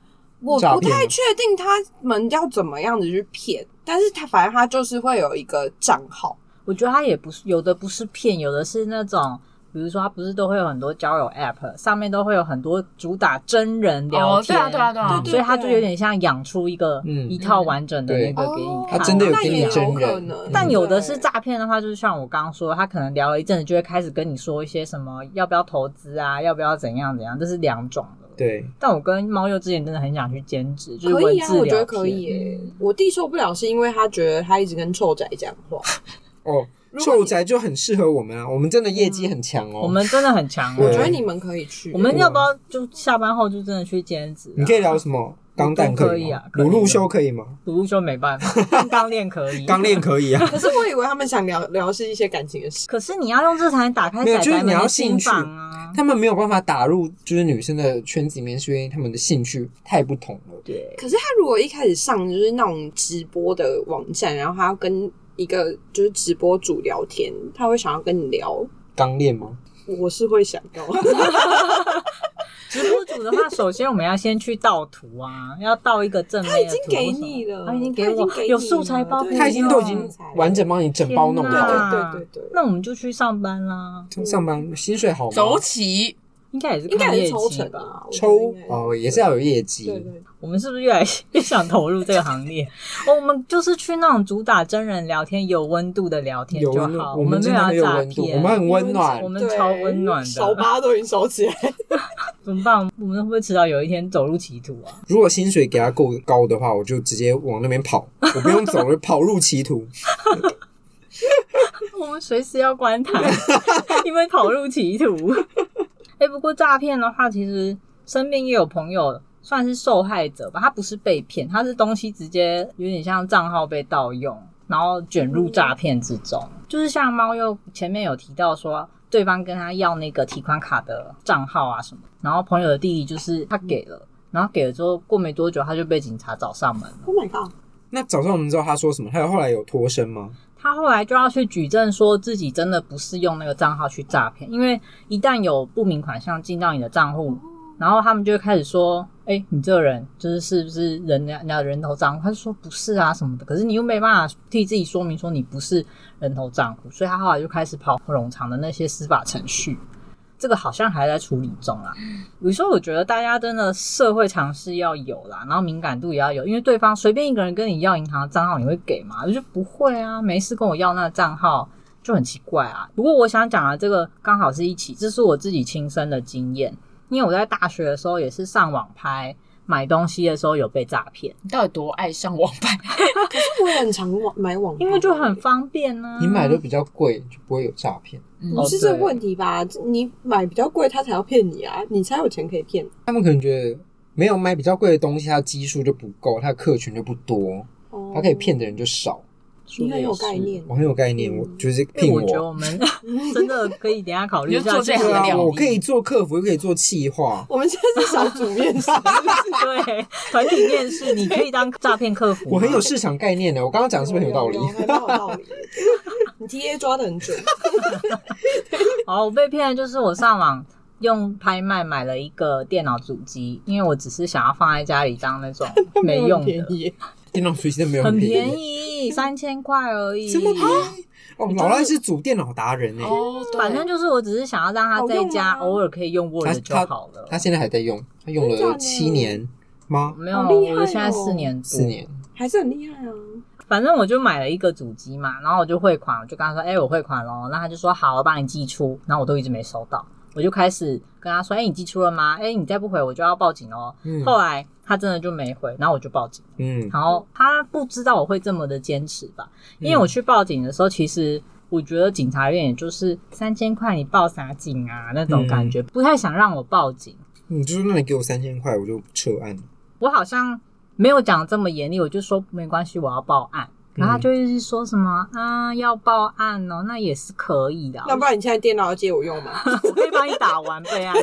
Speaker 3: 我
Speaker 4: 诈
Speaker 3: 不
Speaker 4: 骗
Speaker 3: 太确定他们要怎么样子去骗，但是他反正他就是会有一个账号，
Speaker 1: 我觉得他也不是有的不是骗，有的是那种，比如说他不是都会有很多交友 App，上面都会有很多主打真人聊
Speaker 2: 哦，对
Speaker 1: 天，
Speaker 2: 啊，对啊，对啊
Speaker 4: 嗯，
Speaker 1: 所以他就有点像养出一个、
Speaker 4: 嗯
Speaker 1: 一套完整的那个给你
Speaker 3: 哦
Speaker 1: 看。
Speaker 4: 他真的有
Speaker 3: 那
Speaker 4: 给你
Speaker 3: 也
Speaker 4: 真人
Speaker 3: 可能
Speaker 4: 嗯
Speaker 1: 但有的是
Speaker 3: 对
Speaker 1: 诈骗的话，就是像我刚刚说，他可能聊了一阵子，就会开始跟你说一些什么要不要投资啊，要不要怎样怎样，这是两种的。
Speaker 4: 对，
Speaker 1: 但我跟猫鼬之前真的很想去兼职，就是
Speaker 3: 可
Speaker 1: 文
Speaker 3: 以啊，
Speaker 1: 字
Speaker 3: 我觉
Speaker 1: 聊
Speaker 3: 得
Speaker 1: 天。
Speaker 3: 可以耶、我弟受不了是因为他觉得他一直跟臭仔讲话，
Speaker 4: 哦，
Speaker 3: 如果你
Speaker 4: 秀宅就很适合我们啊，我们真的业绩很强哦。
Speaker 1: 嗯我们真的很强、哦，
Speaker 4: 对
Speaker 3: 我觉得你们可以去。
Speaker 1: 我们要不要就下班后就真的去兼职、啊？
Speaker 4: 你可以聊什么？钢弹
Speaker 1: 可以
Speaker 4: 以
Speaker 1: 啊
Speaker 4: 吗？
Speaker 1: 可以
Speaker 4: 鲁路修可以吗？
Speaker 1: 读书就没办 法，但刚练可以。
Speaker 4: 钢炼可以啊。
Speaker 3: 可是我以为他们想聊聊是一些感情的事。
Speaker 1: 可是你要用这才能打开
Speaker 4: 没有
Speaker 1: 仔
Speaker 4: 就是
Speaker 1: 仔
Speaker 4: 你
Speaker 1: 们
Speaker 4: 要
Speaker 1: 的
Speaker 4: 兴
Speaker 1: 心
Speaker 4: 趣
Speaker 1: 房啊。
Speaker 4: 他们没有办法打入就是女生的圈子里面，是因为他们的兴趣太不同了。
Speaker 1: 对，
Speaker 3: 可是他如果一开始上就是那种直播的网站，然后他要跟一个就是直播主聊天，他会想要跟你聊。
Speaker 4: 钢炼吗？
Speaker 3: 我是会想 要，
Speaker 1: 直播主的话，首先我们要先去盗图啊，要盗一个正面
Speaker 3: 他
Speaker 1: 的
Speaker 3: 已
Speaker 1: 图。
Speaker 3: 经给你了，
Speaker 1: 他已经
Speaker 3: 给
Speaker 1: 给我
Speaker 3: 你
Speaker 1: 有素材包哦
Speaker 3: 了对
Speaker 4: 他已经都已
Speaker 3: 有
Speaker 4: 经
Speaker 3: 素材
Speaker 4: 完整帮你整包弄
Speaker 1: 天
Speaker 4: 好
Speaker 1: 哪
Speaker 4: 了。
Speaker 3: 对对对对对，
Speaker 1: 那我们就去上班啦，
Speaker 4: 上班薪水好吗？
Speaker 2: 走起，
Speaker 1: 应该也是
Speaker 3: 应该
Speaker 1: 看
Speaker 3: 也
Speaker 1: 业
Speaker 3: 是抽
Speaker 1: 绩
Speaker 3: 成啊
Speaker 1: 吧？
Speaker 3: 吧？我觉得
Speaker 4: 抽
Speaker 3: 应该
Speaker 4: 哦，也是要有业绩。
Speaker 3: 对对对
Speaker 1: 我们是不是越来越想投入这个行列？哦，我们就是去那种主打真人聊天、有温度的聊天
Speaker 4: 有
Speaker 1: 就
Speaker 4: 温度，
Speaker 1: 好。
Speaker 4: 我
Speaker 1: 们
Speaker 4: 们
Speaker 1: 没
Speaker 4: 真的很
Speaker 1: 有
Speaker 4: 有
Speaker 1: 要诈
Speaker 4: 温度，
Speaker 1: 骗，
Speaker 4: 我们很温暖
Speaker 1: 我。们
Speaker 3: 对
Speaker 1: 超温暖的。
Speaker 3: 手吧都已经收 起来。
Speaker 1: 怎么办？我们会不会迟早有一天走入歧途啊？
Speaker 4: 如果薪水给他够高的话，我就直接往那边跑，我不用走， 我就跑入歧途。
Speaker 1: 我们随时要关台， 因为跑入歧途。 哎、不过诈骗的话，其实身边也有朋友算是受害者吧，他不是被骗，他是东西直接有点像账号被盗用，然后卷入诈骗之中。就是像猫又前面有提到说，对方跟他要那个提款卡的账号啊什么，然后朋友的弟弟就是他给了，然后给了之后过没多久他就被警察找上门了。
Speaker 3: Oh my god！
Speaker 4: 那早上我们知道他说什么，还有后来有脱身吗？
Speaker 1: 他后来就要去举证，说自己真的不是用那个账号去诈骗，因为一旦有不明款项进到你的账户，然后他们就会开始说：“哎、你这个人就是是不是人家人家人头账户？”他就说：“不是啊，什么的。”可是你又没办法替自己说明说你不是人头账户，所以他后来就开始跑冗长的那些司法程序。这个好像还在处理中啊啦。有时候我觉得大家真的社会常识要有啦，然后敏感度也要有，因为对方随便一个人跟你要银行的账号，你会给吗？我就不会啊，没事跟我要那个账号。就很奇怪啊。不过我想讲的这个刚好是一起，这是我自己亲身的经验，因为我在大学的时候也是上网拍买东西的时候有被诈骗，
Speaker 2: 你到底多爱上网吧？
Speaker 3: 我也很常网买网拍，
Speaker 1: 因为就很方便啊呢、
Speaker 4: 你 买的比较贵，就不会有诈骗。
Speaker 2: 嗯
Speaker 3: 不
Speaker 1: 哦
Speaker 3: 是这个
Speaker 1: 对
Speaker 3: 问题吧？你买比较贵，他才要骗你啊，你才有钱可以骗。
Speaker 4: 他们可能觉得没有买比较贵的东西，他的基数就不够，他的客群就不多，
Speaker 3: 哦
Speaker 4: 他可以骗的人就少。
Speaker 1: 说
Speaker 3: 你
Speaker 1: 的
Speaker 3: 很
Speaker 1: 也
Speaker 3: 有
Speaker 1: 是
Speaker 3: 概。念，
Speaker 4: 我很有概念，我就是
Speaker 1: 哎
Speaker 4: 聘
Speaker 1: 我觉得我们 真的可以等一下考虑一
Speaker 2: 你就
Speaker 1: 下，
Speaker 2: 做这
Speaker 1: 就
Speaker 2: 行
Speaker 1: 是
Speaker 4: 对
Speaker 2: 的
Speaker 1: 啊
Speaker 2: 料
Speaker 4: 啊，
Speaker 2: 理
Speaker 4: 我可以做客服，又可以做企划。
Speaker 3: 我们现在是小组面试，
Speaker 1: 对团体面试，你可以当诈骗客服吗。
Speaker 4: 我很有市场概念的，我刚刚讲的是不是很有道理
Speaker 3: 有？有还蛮有道理的。你 TA 抓的很准，
Speaker 1: 哦，我被骗的就是我上网用拍卖买了一个电脑主机，因为我只是想要放在家里当那 种 没用
Speaker 3: 便
Speaker 1: 的，
Speaker 3: 宜。
Speaker 4: 电脑主机真的没有
Speaker 1: 很
Speaker 4: 便
Speaker 1: 便， 宜，三千块而已。
Speaker 4: 这么便宜哦！老赖是主电脑达人哎，
Speaker 2: 哦，对
Speaker 1: 反正就是我只是想要让他在家
Speaker 3: 好用吗啊
Speaker 1: 偶尔可以用 Word 就
Speaker 4: 他
Speaker 1: 好了。
Speaker 4: 他现在还在用，他用
Speaker 3: 真的
Speaker 4: 了
Speaker 3: 假的
Speaker 4: 七年吗？
Speaker 1: 没有，
Speaker 3: 好厉害哦
Speaker 1: 我现在四年多，
Speaker 4: 四年，
Speaker 3: 还是很厉害啊！
Speaker 1: 反正我就买了一个主机嘛，然后我就汇款，我就跟他说：“哎、我汇款咯。”那他就说：“好，我帮你寄出。”然后我都一直没收到，我就开始跟他说：“哎、你寄出了吗？哎、你再不回我就要报警哦。
Speaker 4: 嗯
Speaker 1: 后来他真的就没回，然后我就报警。
Speaker 4: 嗯，
Speaker 1: 然后他不知道我会这么的坚持吧，因
Speaker 4: 嗯
Speaker 1: 为我去报警的时候，其实我觉得警察院也就是三千块你报啥警啊那种感觉，不太想让我报警。
Speaker 4: 你嗯就说那你给我三千块，我就撤案。
Speaker 1: 我好像没有讲这么严厉，我就说没关系，我要报案。然后他就一直说什么啊，要报案哦，那也是可以的啊，
Speaker 3: 那不然你现在电脑要借我用吗？
Speaker 1: 我可以帮你打完备案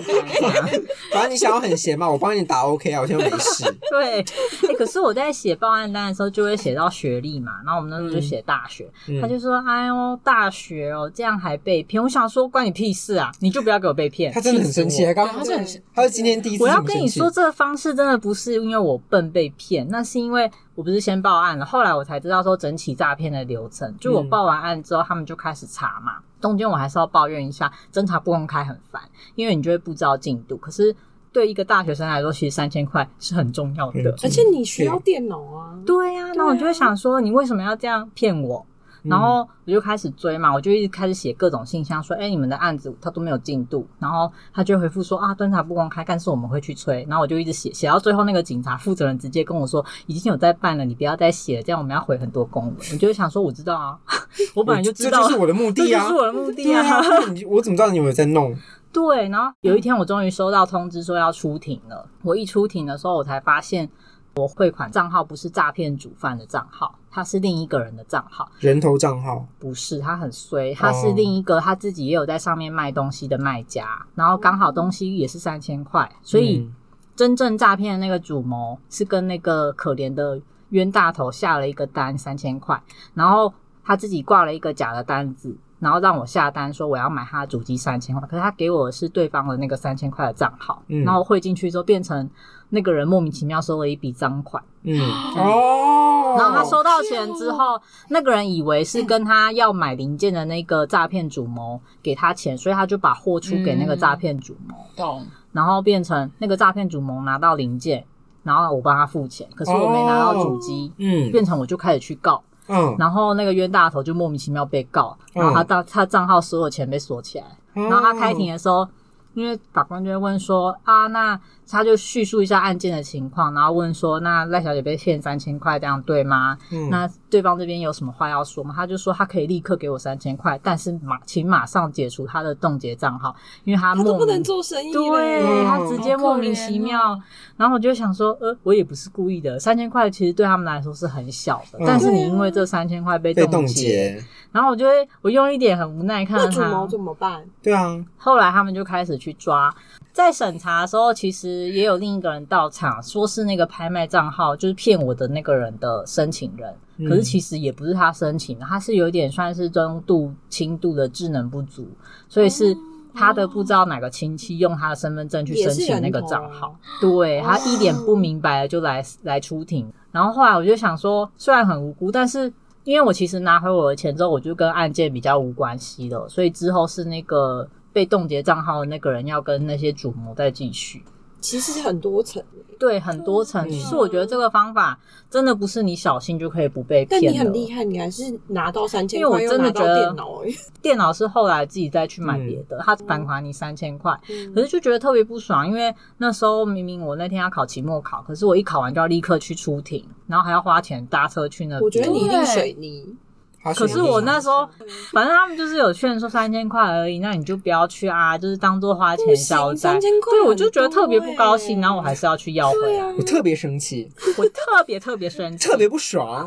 Speaker 1: 单啊。
Speaker 4: 反正你想要很闲嘛，我帮你打 OK 啊，我现在没事。
Speaker 1: 对、哎可是我在写报案单的时候，就会写到学历嘛，然后我们那时候就写大学，
Speaker 4: 嗯
Speaker 1: 他就说：“哎呦，大学哦，这样还被骗。”我想说，关你屁事啊！你就不要给我被骗。
Speaker 4: 他真的很生
Speaker 1: 气
Speaker 4: 气，他刚
Speaker 2: 对他是很
Speaker 4: 他是今天第一
Speaker 1: 死
Speaker 4: 次
Speaker 1: 我。我
Speaker 4: 这
Speaker 1: 要
Speaker 4: 么
Speaker 1: 跟
Speaker 4: 生
Speaker 1: 你
Speaker 4: 气
Speaker 1: 说，，这个方式真的不是因为我笨被骗，那是因为我不是先报案了，后来我才知道说整起诈骗的流程。就我
Speaker 4: 嗯
Speaker 1: 报完案之后，他们就开始查嘛，中间我还是要抱怨一下，侦查不公开很烦，因为你就会不知道进度。可是对一个大学生来说，其实三千块是很重要的。
Speaker 4: 嗯
Speaker 3: 而且你需要电脑啊，
Speaker 1: 对呀、那我就会想说，你为什么要这样骗我？
Speaker 4: 嗯
Speaker 1: 然后我就开始追嘛，我就一直开始写各种信箱，说，哎，你们的案子他都没有进度。然后他就回复说，啊，侦查不公开，但是我们会去催。然后我就一直写，写到最后，那个警察负责人直接跟我说，已经有在办了，你不要再写了，这样我们要回很多公文。我就会想说，我知道啊， 我本来就知道，
Speaker 4: 这就是我的 目
Speaker 1: 这
Speaker 4: 的
Speaker 1: 就
Speaker 4: 啊
Speaker 1: 是。我的目的
Speaker 4: 对
Speaker 1: 啊。
Speaker 4: 啊，你我怎么知道你有没有在弄？
Speaker 1: 对，然后有一天我终于收到通知说要出庭了。我一出庭的时候，我才发现我汇款账号不是诈骗主犯的账号，他是另一个人的账号。
Speaker 4: 人头账号，
Speaker 1: 不是，他很
Speaker 4: 哦
Speaker 1: 衰，他是另一个他自己也有在上面卖东西的卖家，然后刚好东西也是三千块， 所以
Speaker 4: 嗯
Speaker 1: 真正诈骗的那个主谋是跟那个可怜的冤大头下了一个单三千块，然后他自己挂了一个假的单子，然后让我下单说我要买他的主机三千块，可是他给我的是对方的那个三千块的账号，
Speaker 4: 嗯
Speaker 1: 然后汇进去之后变成那个人莫名其妙收了一笔赃款。
Speaker 4: 嗯，哦，
Speaker 1: 然后他收到钱之后，那个人以为是跟他要买零件的那个诈骗主谋给他钱，所以他就把货出给那个诈骗主谋，
Speaker 2: 懂，
Speaker 1: 然后变成那个诈骗主谋拿到零件，然后我帮他付钱，可是我没拿到主机，
Speaker 4: 嗯
Speaker 1: 变成我就开始去告，
Speaker 4: 嗯，
Speaker 1: 然后那个冤大头就莫名其妙被告，然后他账他账号所有钱被锁起来，
Speaker 4: 然
Speaker 1: 然后他开庭
Speaker 4: 哦
Speaker 1: 的时候，因为法官就会问说啊，那他就叙述一下案件的情况，然后问说，那赖小姐被骗三千块，这样对吗？
Speaker 4: 嗯
Speaker 1: 那对方这边有什么话要说吗？他就说他可以立刻给我三千块，但是马请马上解除他的冻结账号，因为他
Speaker 3: 他都
Speaker 1: 莫
Speaker 3: 不能
Speaker 1: 名。
Speaker 3: 做生意嘞。
Speaker 1: 对
Speaker 4: 嗯
Speaker 1: 他直接
Speaker 2: 好可
Speaker 1: 莫名
Speaker 2: 怜
Speaker 1: 其
Speaker 2: 哦
Speaker 1: 妙，然后我就想说，呃，我也不是故意的，三千块其实对他们来说是很小的，
Speaker 4: 嗯
Speaker 1: 但是你
Speaker 3: 对啊
Speaker 1: 因为这三千块被
Speaker 4: 被
Speaker 1: 冻
Speaker 4: 冻
Speaker 1: 结，
Speaker 4: 结，
Speaker 1: 然后我就会我用一点很无奈看
Speaker 3: 那
Speaker 1: 着
Speaker 3: 主
Speaker 1: 他，
Speaker 3: 谋怎么办？
Speaker 4: 对啊，
Speaker 1: 后来他们就开始去抓，在审查的时候，其实也有另一个人到场，说是那个拍卖账号就是骗我的那个人的申请人，
Speaker 4: 嗯
Speaker 1: 可是其实也不是他申请的，他是有点算是中度轻度的智能不足，所以是。他的不知道哪个亲戚用他的身份证去申请那个账号，对他一脸不明白的就来来出庭，然后后来我就想说，虽然很无辜，但是因为我其实拿回我的钱之后，我就跟案件比较无关系了，所以之后是那个被冻结账号的那个人要跟那些主谋再继续。
Speaker 3: 其实很多层，
Speaker 1: 对，很多层。
Speaker 4: 嗯
Speaker 1: 其实我觉得这个方法真的不是你小心就可以不被
Speaker 3: 但
Speaker 1: 骗
Speaker 3: 你
Speaker 1: 的。
Speaker 3: 很厉害，你还是拿到三千
Speaker 1: 因为我
Speaker 3: 块，又
Speaker 1: 真的
Speaker 3: 拿到
Speaker 1: 觉得
Speaker 3: 电脑而已。
Speaker 1: 电脑是后来自己再去买别的，他返还你三千块，可是就觉得特别不爽，因为那时候明明我那天要考期末考，可是我一考完就要立刻去出庭，然后还要花钱搭车去那边。
Speaker 3: 我觉得你一定
Speaker 2: 对
Speaker 3: 水泥，
Speaker 4: 他
Speaker 1: 可是我那时候
Speaker 3: 嗯，
Speaker 1: 反正他们就是有劝说三千块而已，那你就不要去啊，就是当做花钱消灾
Speaker 3: 三。千块，欸
Speaker 1: 对，我就觉得特别不高兴，然后我还是要去要回
Speaker 3: 对
Speaker 1: 来，
Speaker 3: 啊
Speaker 4: 我，特别生气，
Speaker 1: 我特别特别生气，
Speaker 4: 特别不爽，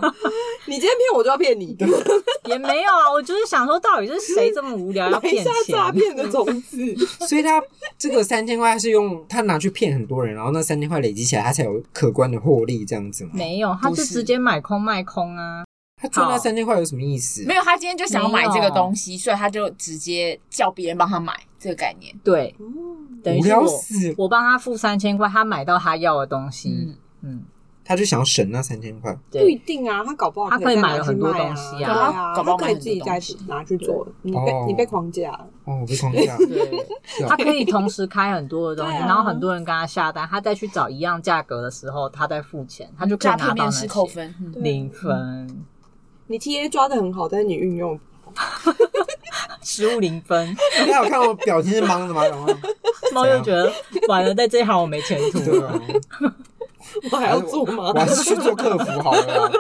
Speaker 3: 你今天骗我就要骗你，
Speaker 1: 也没有啊，我就是想说，到底是谁这么无聊要
Speaker 3: 埋
Speaker 1: 骗
Speaker 3: 下
Speaker 1: 钱？
Speaker 3: 诈骗的种子。
Speaker 4: 所以他这个三千块是用他拿去骗很多人，然后那三千块累积起来，他才有可观的获利这样子嘛。
Speaker 1: 没有，他
Speaker 2: 不
Speaker 1: 就是直接买空卖空啊。
Speaker 4: 他赚那
Speaker 1: 好
Speaker 4: 三千块有什么意思？
Speaker 2: 没有，他今天就想要买这个东西，所以他就直接叫别人帮他买这个概念。
Speaker 1: 对，
Speaker 3: 嗯
Speaker 1: 等于
Speaker 4: 无
Speaker 1: 是
Speaker 4: 聊
Speaker 1: 我
Speaker 4: 死！
Speaker 1: 我帮他付三千块，他买到他要的东西。
Speaker 2: 嗯，
Speaker 1: 嗯，
Speaker 4: 他就想要省那三千块。
Speaker 3: 不一
Speaker 1: 对，
Speaker 3: 定啊，他搞不好
Speaker 1: 他可以
Speaker 3: 再拿
Speaker 1: 买了
Speaker 3: 去
Speaker 1: 很多
Speaker 3: 卖
Speaker 1: 东西啊
Speaker 3: 对
Speaker 2: 搞
Speaker 3: 啊，
Speaker 2: 不好
Speaker 3: 他
Speaker 2: 买
Speaker 3: 可以
Speaker 2: 很
Speaker 3: 自己
Speaker 2: 多
Speaker 3: 再
Speaker 2: 东西
Speaker 3: 拿去做，你被
Speaker 4: 哦
Speaker 3: 你被框架了，
Speaker 4: 哦，我被框架。
Speaker 2: 嗯
Speaker 1: 对，
Speaker 4: 是啊
Speaker 1: 他可以同时开很多的东西，
Speaker 3: 对啊
Speaker 1: 然后很多人跟他下单，他再去找一样价格的时候，他再付钱，他就可
Speaker 2: 诈
Speaker 1: 以拿
Speaker 2: 骗
Speaker 1: 到
Speaker 2: 面
Speaker 1: 那
Speaker 2: 试扣
Speaker 1: 些
Speaker 2: 分，嗯
Speaker 3: 对
Speaker 1: 零分、
Speaker 3: 嗯你 TA 抓的很好，但是你运用
Speaker 1: 失误零分。
Speaker 4: 大家有看我表情是懵的吗？然后
Speaker 1: 猫又觉得完了，在这一行我没前途
Speaker 4: 对
Speaker 1: 了。
Speaker 4: 啊，
Speaker 3: 我还要做吗
Speaker 4: 我？还是去做客服好了啊。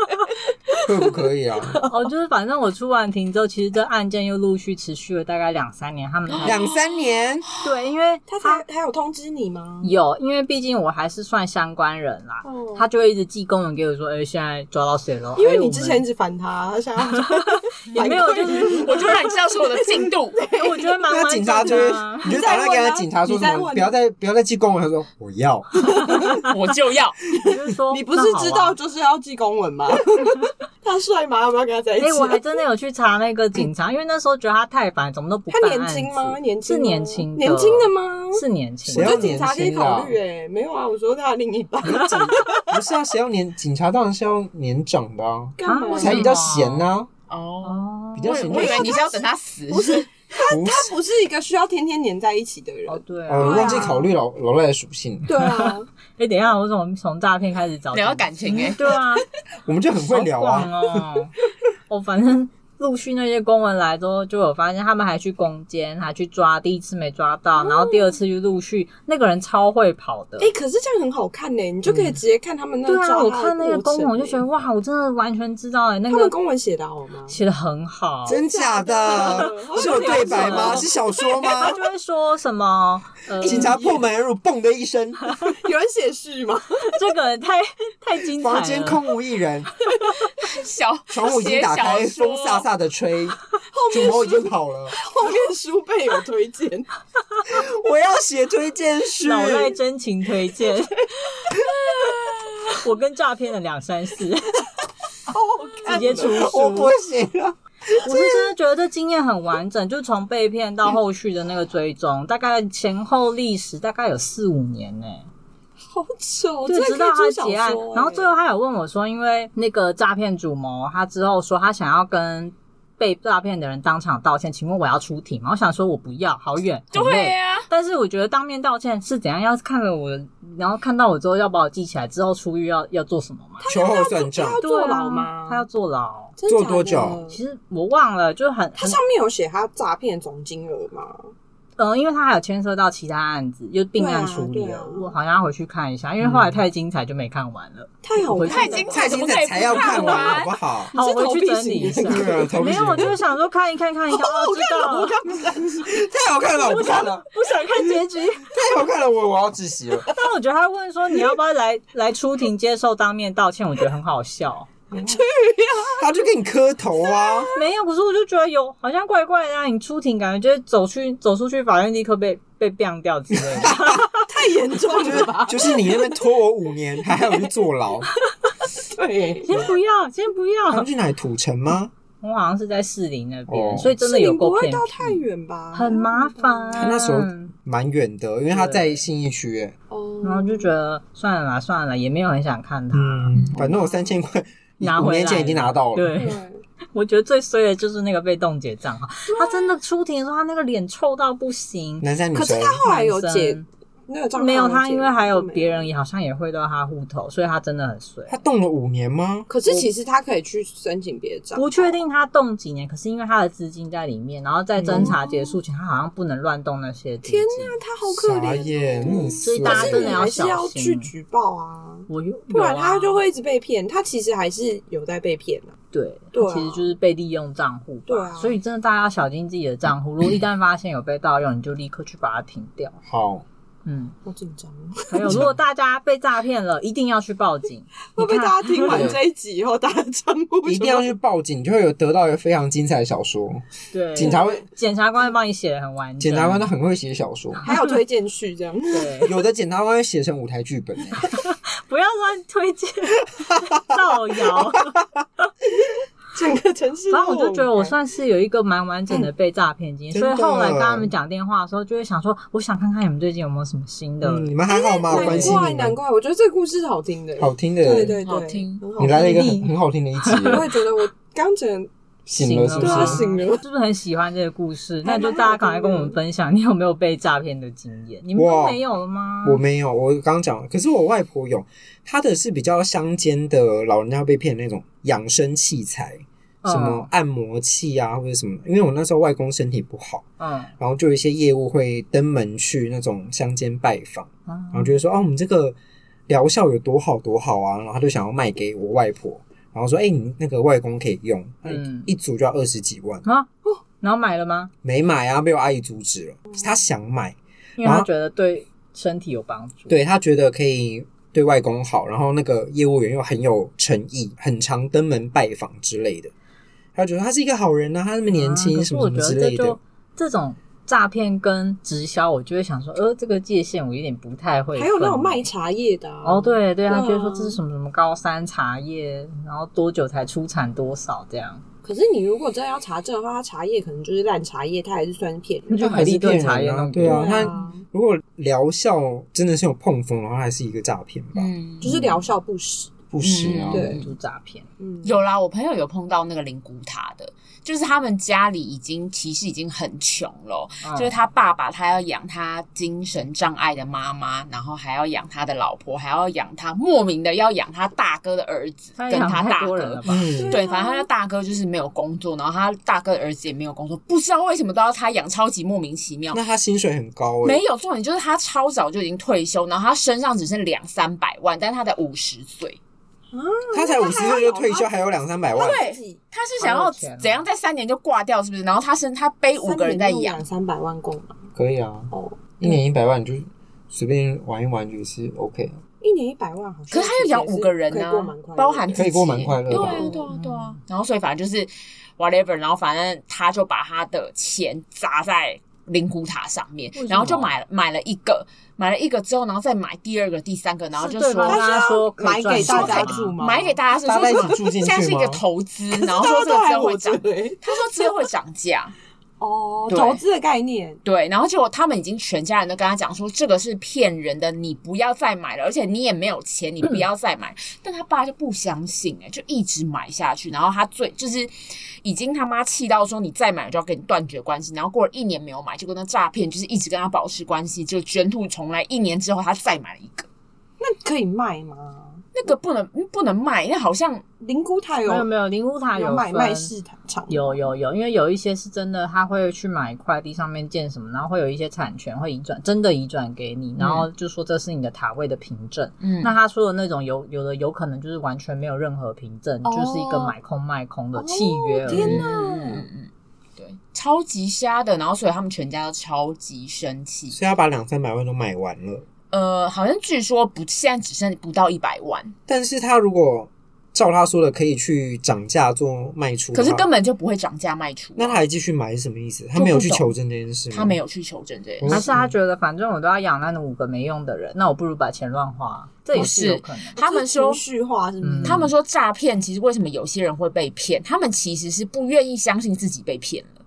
Speaker 4: 客服可以啊，
Speaker 1: 哦，就是反正我出完庭之后，其实这案件又陆续持续了大概两三年，他们才
Speaker 4: 两三年，
Speaker 1: 对，因为
Speaker 3: 他才他有通知你吗？
Speaker 1: 有，因为毕竟我还是算相关人啦，
Speaker 3: 哦
Speaker 1: 他就会一直寄公文给我说，哎、现在抓到谁了？
Speaker 3: 因为
Speaker 1: 哎
Speaker 3: 你
Speaker 1: 我
Speaker 3: 之
Speaker 1: 们
Speaker 3: 前一直烦他，他想要
Speaker 1: 也没有，就
Speaker 3: 反馈
Speaker 1: 是
Speaker 2: 我就让你知道说我的进度。
Speaker 1: 哎我我觉得蛮
Speaker 4: 那
Speaker 1: 蛮
Speaker 4: 警察就
Speaker 1: 准
Speaker 4: 会
Speaker 1: 的啊，
Speaker 4: 你就打电话给他警察说
Speaker 3: 你
Speaker 4: 什
Speaker 3: 再问啊
Speaker 4: 么？
Speaker 3: 你再问啊
Speaker 4: 不要再不要再寄公文，他说我要。
Speaker 2: 我就要，
Speaker 1: 我就说 啊
Speaker 3: 你不是知道。就是要寄公 文吗？他帅吗？要不要跟他在
Speaker 1: 哎、
Speaker 3: 一起？啊
Speaker 1: 诶我还真的有去查那个警察，因为那时候觉得他太烦，怎么都不
Speaker 3: 他
Speaker 1: 办
Speaker 3: 年
Speaker 1: 案
Speaker 3: 轻
Speaker 1: 子
Speaker 3: 吗？年轻
Speaker 1: 是
Speaker 3: 吗
Speaker 1: 年轻的，
Speaker 3: 年轻的吗？
Speaker 1: 是年轻
Speaker 4: 谁
Speaker 3: 我
Speaker 1: 的
Speaker 4: 要
Speaker 3: 觉得警察可以
Speaker 4: 年轻的啊
Speaker 3: 考虑诶，没有啊，我说他的另一半
Speaker 4: 警不是啊，谁要年警察当然是要年长的啊，
Speaker 3: 干嘛？
Speaker 1: 为什
Speaker 4: 才
Speaker 1: 么
Speaker 4: 比较闲呐、
Speaker 2: 哦，
Speaker 1: 哦
Speaker 4: 比，较
Speaker 2: 我
Speaker 4: 闲。
Speaker 2: 我以为你是要等他死，
Speaker 3: 不是
Speaker 4: 不
Speaker 3: 他不是一个需要天天黏在一起的人。
Speaker 1: 哦对啊，
Speaker 4: 哦，
Speaker 3: 对啊
Speaker 4: 忘记考虑老老赖的属性，
Speaker 3: 对 啊，
Speaker 1: 哎、等一下，我怎么从诈骗开始找？
Speaker 2: 聊感情哎、
Speaker 1: 对 啊，
Speaker 4: 我们就很会聊
Speaker 1: 好
Speaker 4: 啊。
Speaker 1: 广哦。我反正陆续那些公文来之后，就有发现他们还去攻坚，还去抓，第一次没抓到，然后第二次就陆续那个人超会跑的。
Speaker 3: 哎，可是这样很好看呢，你就可以直接看他们那
Speaker 1: 对
Speaker 3: 个抓
Speaker 1: 啊，
Speaker 3: 他
Speaker 1: 我
Speaker 3: 的
Speaker 1: 看那个
Speaker 3: 过
Speaker 1: 公
Speaker 3: 程
Speaker 1: 文，我就觉得哇，我真的完全知道哎、那
Speaker 3: 他们
Speaker 1: 个
Speaker 3: 公文写的 好吗？
Speaker 1: 写的很好。
Speaker 4: 真假的？是有对白吗？是小说吗
Speaker 1: 他？就会说什么，呃，
Speaker 4: 警察破门而入，嘣的一声，
Speaker 3: 有人写序 吗？
Speaker 1: 这个人太太精彩了，
Speaker 4: 房间空无一人，
Speaker 2: 小
Speaker 4: 窗户已经打开，
Speaker 2: 写小
Speaker 4: 风
Speaker 2: 说
Speaker 4: 飒飒的吹，主谋已经跑了。
Speaker 3: 后面书被有推 荐，
Speaker 4: 我要写推荐序，
Speaker 1: 脑袋真情推荐。 我跟诈骗的两三 事，直接出
Speaker 4: 我
Speaker 1: 书。
Speaker 4: 不行了。
Speaker 1: 我是真的觉得这经验很完整，就从被骗到后续的那个追踪，大概前后历时大概有四五年呢、
Speaker 3: 好丑，
Speaker 1: 对，
Speaker 3: 这
Speaker 1: 直
Speaker 3: 个
Speaker 1: 到
Speaker 3: 可
Speaker 1: 他
Speaker 3: 以做
Speaker 1: 结
Speaker 3: 小
Speaker 1: 案
Speaker 3: 说，
Speaker 1: 然后
Speaker 3: 哎
Speaker 1: 最后他有问我说，因为那个诈骗主谋，他之后说他想要跟被诈骗的人当场道歉，请问我要出庭吗？我想说我不要，好远，很
Speaker 2: 对
Speaker 1: 累。
Speaker 2: 呀、
Speaker 1: 但是我觉得当面道歉是怎样？要是看了我，然后看到我之后要把我记起来，之后出狱要要做什么吗？
Speaker 4: 秋后算
Speaker 3: 他
Speaker 4: 账
Speaker 3: 要，坐牢
Speaker 1: 对
Speaker 3: 吗
Speaker 1: 啊？他要坐牢。
Speaker 3: 真假的
Speaker 4: 坐多久
Speaker 1: 其实我忘了，就是很
Speaker 3: 他
Speaker 1: 很
Speaker 3: 上面有写他诈骗总金额吗？
Speaker 1: 嗯，因为他还有牵涉到其他案子，就并案处理
Speaker 3: 对
Speaker 1: 了。
Speaker 3: 啊对啊嗯
Speaker 1: 我好像要回去看一下，因为后来太精彩就没看完了。
Speaker 3: 太好看了吧，
Speaker 2: 太精彩
Speaker 4: 蔡
Speaker 2: 了
Speaker 4: 金才才要看完，好不好？
Speaker 1: 好，
Speaker 3: 是
Speaker 1: 哦我
Speaker 3: 逃
Speaker 1: 回
Speaker 3: 避
Speaker 1: 去整
Speaker 3: 型
Speaker 1: 理一下
Speaker 3: 人。
Speaker 4: 对啊，逃避
Speaker 1: 没
Speaker 4: 型
Speaker 1: 有，我就
Speaker 4: 人
Speaker 1: 是想说看一看看 一看，哦，知道了，
Speaker 4: 太好看了，我不看了，
Speaker 1: 不想看结局。
Speaker 4: 太好看了，我我要窒息了。
Speaker 1: 但我觉得他问说你要不要来来出庭接受当面道歉，我觉得很好 笑。
Speaker 4: 他就给你磕头啊，
Speaker 1: 没有，可是我就觉得有好像怪怪的、啊，你出庭感觉就是走去走出去，法院立刻被被 ban 掉之类的。
Speaker 3: 太严重了吧？
Speaker 4: 就是你那边拖我五年，还要我去坐牢，
Speaker 3: 对，
Speaker 1: 先不要，先不
Speaker 4: 他
Speaker 1: 要
Speaker 4: 们。去哪里土城吗？
Speaker 1: 我好像是在士林那边，
Speaker 4: 哦
Speaker 1: 所以真的有
Speaker 3: 不
Speaker 1: 够
Speaker 3: 会
Speaker 1: 偏
Speaker 3: 到太
Speaker 1: 僻，
Speaker 3: 远吧？
Speaker 1: 很麻烦。
Speaker 4: 他那时候蛮远的，因为他在信义区耶。
Speaker 3: 哦，
Speaker 1: 然后就觉得算了啦算了，也没有很想看他。
Speaker 4: 嗯，反正我三千块，
Speaker 1: 拿
Speaker 4: 五
Speaker 1: 回来
Speaker 4: 年前已经拿到了。，
Speaker 1: 对，
Speaker 3: 对
Speaker 1: 我觉得最衰的就是那个被冻结账号，他真
Speaker 3: 啊
Speaker 1: 的出庭的时候，他那个脸臭到不行。
Speaker 4: 男生女
Speaker 3: 可是
Speaker 4: 生，
Speaker 3: 他后来有解
Speaker 1: 男
Speaker 3: 那个账号
Speaker 1: 没有
Speaker 3: 解
Speaker 1: 他，因为还有别。
Speaker 3: 都没
Speaker 1: 人也好像也汇到他户头，所以他真的很衰。
Speaker 4: 他动了五年吗？
Speaker 3: 可是其实他可以去申请别的账号，
Speaker 1: 不确定他动几年，可是因为他的资金在里面，然后在侦查结束前，他好像不能乱动那些资金
Speaker 3: 天。哪，他好可
Speaker 4: 傻
Speaker 3: 怜。哦
Speaker 4: 眼，那很
Speaker 1: 所以大家
Speaker 4: 衰
Speaker 1: 真的
Speaker 3: 你
Speaker 1: 要
Speaker 3: 还是要
Speaker 1: 小心
Speaker 3: 去举报啊，
Speaker 1: 我有，
Speaker 3: 不然
Speaker 1: 有啊
Speaker 3: 他就会一直被骗。他其实还是有在被骗的。
Speaker 1: 对，
Speaker 3: 对啊
Speaker 1: 其实就是被利用账户吧。
Speaker 3: 对啊
Speaker 1: 所以真的大家要小心自己的账户，如果一旦发现有被盗用，你就立刻去把它停掉。
Speaker 4: 好，
Speaker 1: 嗯，
Speaker 3: 好紧张哦，
Speaker 1: 还有如果大家被诈骗了，一定要去报警。
Speaker 3: 会不会
Speaker 1: 你看
Speaker 3: 大家听完这一集以后，大家账户
Speaker 4: 一定要去报警，就会有得到一个非常精彩的小说。
Speaker 1: 对
Speaker 4: 警察会，
Speaker 1: 检察官会帮你写的很完整，
Speaker 4: 检察官都很会写小说，
Speaker 3: 还有推荐序这 样？
Speaker 1: 对，
Speaker 4: 有的检察官会写成舞台剧本、欸。
Speaker 1: 不要乱推 荐造谣。
Speaker 3: 整个城市都
Speaker 1: 反正我
Speaker 3: 很无感，
Speaker 1: 就觉得我算是有一个蛮完整的被诈骗经验，所以后来
Speaker 4: 真的
Speaker 1: 跟他们讲电话的时候，就会想说，我想看看你们最近有没有什么新的。
Speaker 4: 嗯，你们还好吗？我关
Speaker 3: 难
Speaker 4: 心
Speaker 3: 怪
Speaker 4: 你
Speaker 3: 难
Speaker 4: 们。
Speaker 3: 怪，我觉得这个故事是好听的，
Speaker 4: 好听的，
Speaker 3: 对对对，
Speaker 2: 好听
Speaker 3: 很好
Speaker 4: 你来了一个
Speaker 1: 好
Speaker 4: 很
Speaker 1: 听
Speaker 4: 很好听的一集，
Speaker 3: 我也觉得我刚整
Speaker 4: 醒了是不
Speaker 3: 对啊
Speaker 4: 是？
Speaker 3: 啊醒了
Speaker 1: 是不是很喜欢这个故事？那就大家赶快跟我们分享，你有没有被诈骗的经验？你们都
Speaker 4: 哇
Speaker 1: 没有了吗？
Speaker 4: 我没有，我刚刚讲了，可是我外婆有，她的是比较乡间的老人家被骗的那种养生器材，
Speaker 1: 嗯
Speaker 4: 什么按摩器啊或者什么的。因为我那时候外公身体不好，
Speaker 1: 嗯，
Speaker 4: 然后就有一些业务会登门去那种乡间拜访，
Speaker 1: 然
Speaker 4: 然后就会说哦，我们这个疗效有多好多好啊，然后他就想要卖给我外婆，然后说哎、你那个外公可以用，
Speaker 1: 嗯
Speaker 4: 一组就要二十几万，
Speaker 1: 啊，然后买了吗？
Speaker 4: 没买啊，被我阿姨阻止了，是她想买。
Speaker 1: 因为他
Speaker 4: 啊
Speaker 1: 觉得对身体有帮助。，
Speaker 4: 对他觉得可以对外公好，然后那个业务员又很有诚意，很常登门拜访之类的。他觉得他是一个好人啊，他那么年
Speaker 1: 可
Speaker 4: 轻、
Speaker 1: 是
Speaker 4: 什么
Speaker 1: 我
Speaker 4: 什
Speaker 1: 觉
Speaker 4: 么
Speaker 1: 得
Speaker 4: 之
Speaker 1: 这
Speaker 4: 类的
Speaker 1: 就。这种诈骗跟直销，我就会想说，呃，这个界限我有点不太会分。
Speaker 3: 还有那种卖茶叶的、啊、
Speaker 1: 哦，，对对，他
Speaker 3: 对啊
Speaker 1: 觉得说这是什么什么高山茶叶，然后多久才出产多少这样，
Speaker 3: 可是你如果真的要查证的话，它茶叶可能就是烂茶叶，它还是算骗人。
Speaker 1: 就
Speaker 4: 还
Speaker 1: 买
Speaker 4: 是
Speaker 1: 一顿
Speaker 4: 骗
Speaker 1: 茶叶
Speaker 4: 人啊
Speaker 1: 弄，
Speaker 4: 对
Speaker 1: 给
Speaker 4: 啊，
Speaker 1: 我
Speaker 3: 对啊
Speaker 4: 他如果疗效真的是有碰风的话，还是一个诈骗吧，
Speaker 2: 嗯，
Speaker 3: 就是疗效不实。
Speaker 4: 不实啊
Speaker 2: 嗯。
Speaker 3: 对
Speaker 1: 就诈骗。
Speaker 3: 嗯，
Speaker 2: 有啦，我朋友有碰到那个灵骨塔的，就是他们家里已经其实已经很穷了，
Speaker 1: 嗯
Speaker 2: 就是他爸爸他要养他精神障碍的妈妈，然后还要养他的老婆，还要养他莫名的要养他大哥的儿子
Speaker 1: 他
Speaker 2: 跟
Speaker 1: 养
Speaker 2: 他大
Speaker 1: 太多人了
Speaker 2: 哥。
Speaker 1: 吧？
Speaker 4: 嗯，
Speaker 2: 对，反正他的大哥就是没有工作，然后他大哥的儿子也没有工作，不知道为什么都要他养，超级莫名其妙。
Speaker 4: 那他薪水很高欸诶、
Speaker 2: 没有重点就是他超早就已经退休，然后他身上只剩两三百万，但他才五十岁，
Speaker 4: 他才五十岁就退休，还有两三百万，
Speaker 2: 对
Speaker 3: 对，
Speaker 2: 他是想
Speaker 1: 好
Speaker 2: 要
Speaker 1: 有钱哦
Speaker 2: 怎样在三年就挂掉，是不是？然后他身他
Speaker 1: 哎
Speaker 2: 背五个人在养
Speaker 3: 两，三百万够吗？
Speaker 4: 可以啊，
Speaker 3: 哦，
Speaker 4: 一年一百万你就随便玩一玩就是 OK，啊
Speaker 3: 一年一百万好像，
Speaker 2: 可是他又养五个
Speaker 1: 啊
Speaker 2: 人
Speaker 3: 可以
Speaker 2: 呢、
Speaker 3: 过蛮快乐的，
Speaker 2: 包含自己
Speaker 4: 可以过蛮快乐的
Speaker 2: 对
Speaker 4: 吧
Speaker 2: 啊，对啊，对啊。然后所以反正就是 whatever，然后反正他就把他的钱砸在灵骨塔上面
Speaker 1: 为什，么
Speaker 2: 然后就买了买了一个，买了一个之后，然后再买第二个、第三个，然后
Speaker 1: 是
Speaker 2: 就
Speaker 1: 对方
Speaker 2: 说
Speaker 1: 跟他说可
Speaker 3: 买
Speaker 1: 以赚
Speaker 3: 给大家
Speaker 1: 钱吗
Speaker 3: 住吗？
Speaker 2: 买给大家是
Speaker 4: 大
Speaker 2: 说
Speaker 4: 家一
Speaker 2: 什么
Speaker 4: 起住进去
Speaker 2: 现在是一个
Speaker 4: 吗
Speaker 2: 投资，
Speaker 3: 可是
Speaker 2: 然后
Speaker 3: 大
Speaker 2: 说
Speaker 3: 家
Speaker 2: 这个
Speaker 3: 都
Speaker 2: 之
Speaker 3: 还
Speaker 2: 后会
Speaker 3: 活着
Speaker 2: 涨，
Speaker 3: 欸
Speaker 2: 他说之后会涨价。
Speaker 3: 哦，
Speaker 2: 对
Speaker 3: 投资的概念，
Speaker 2: 对，然后结果他们已经全家人都跟他讲说，这个是骗人的，你不要再买了，而且你也没有钱，你不要再买。但他爸就不相信、哎，就一直买下去。然后他最就是已经他妈气到说，你再买我就要跟你断绝关系。然后过了一年没有买，结果那诈骗就是一直跟他保持关系，就卷土重来。一年之后，他再买了一个，
Speaker 3: 那可以卖吗？
Speaker 2: 那个不能不能卖，那好像
Speaker 3: 灵骨塔
Speaker 1: 没有
Speaker 3: 有
Speaker 1: 没有，灵屋塔
Speaker 3: 有买
Speaker 1: 分
Speaker 3: 卖市场场
Speaker 1: 有有有，因为有一些是真的，他会去买块地上面建什么，然后会有一些产权会移转，真的移转给你，然后就说这是你的塔位的凭证。
Speaker 2: 嗯
Speaker 1: 那他说的那种有有的有可能就是完全没有任何凭证，
Speaker 3: 哦
Speaker 1: 就是一个买空卖空的契约而
Speaker 3: 哦
Speaker 1: 已。
Speaker 3: 天哪！
Speaker 2: 嗯嗯嗯，对，超级瞎的。然后所以他们全家都超级生气。
Speaker 4: 所以他把两三百万都买完了。
Speaker 2: 呃，好像据说不，现在只剩不到一百万，
Speaker 4: 但是他如果照他说的，可以去涨价做卖出的
Speaker 2: 可
Speaker 4: 话，
Speaker 2: 是根本就不会涨价卖出啊。
Speaker 4: 那他还继续买是什么意思？他没有去求证这件事吗？
Speaker 2: 他没，有去求证这件
Speaker 4: 不
Speaker 1: 还
Speaker 2: 事，
Speaker 1: 是他觉得反正我都要养那五个没用的人，那我不如把钱乱花，这也是有可能。
Speaker 2: 他们说
Speaker 3: 情绪化是不是？
Speaker 1: 嗯
Speaker 2: 他们说诈骗其实为什么有些人会被骗？他们其实是不愿意相信自己被骗了。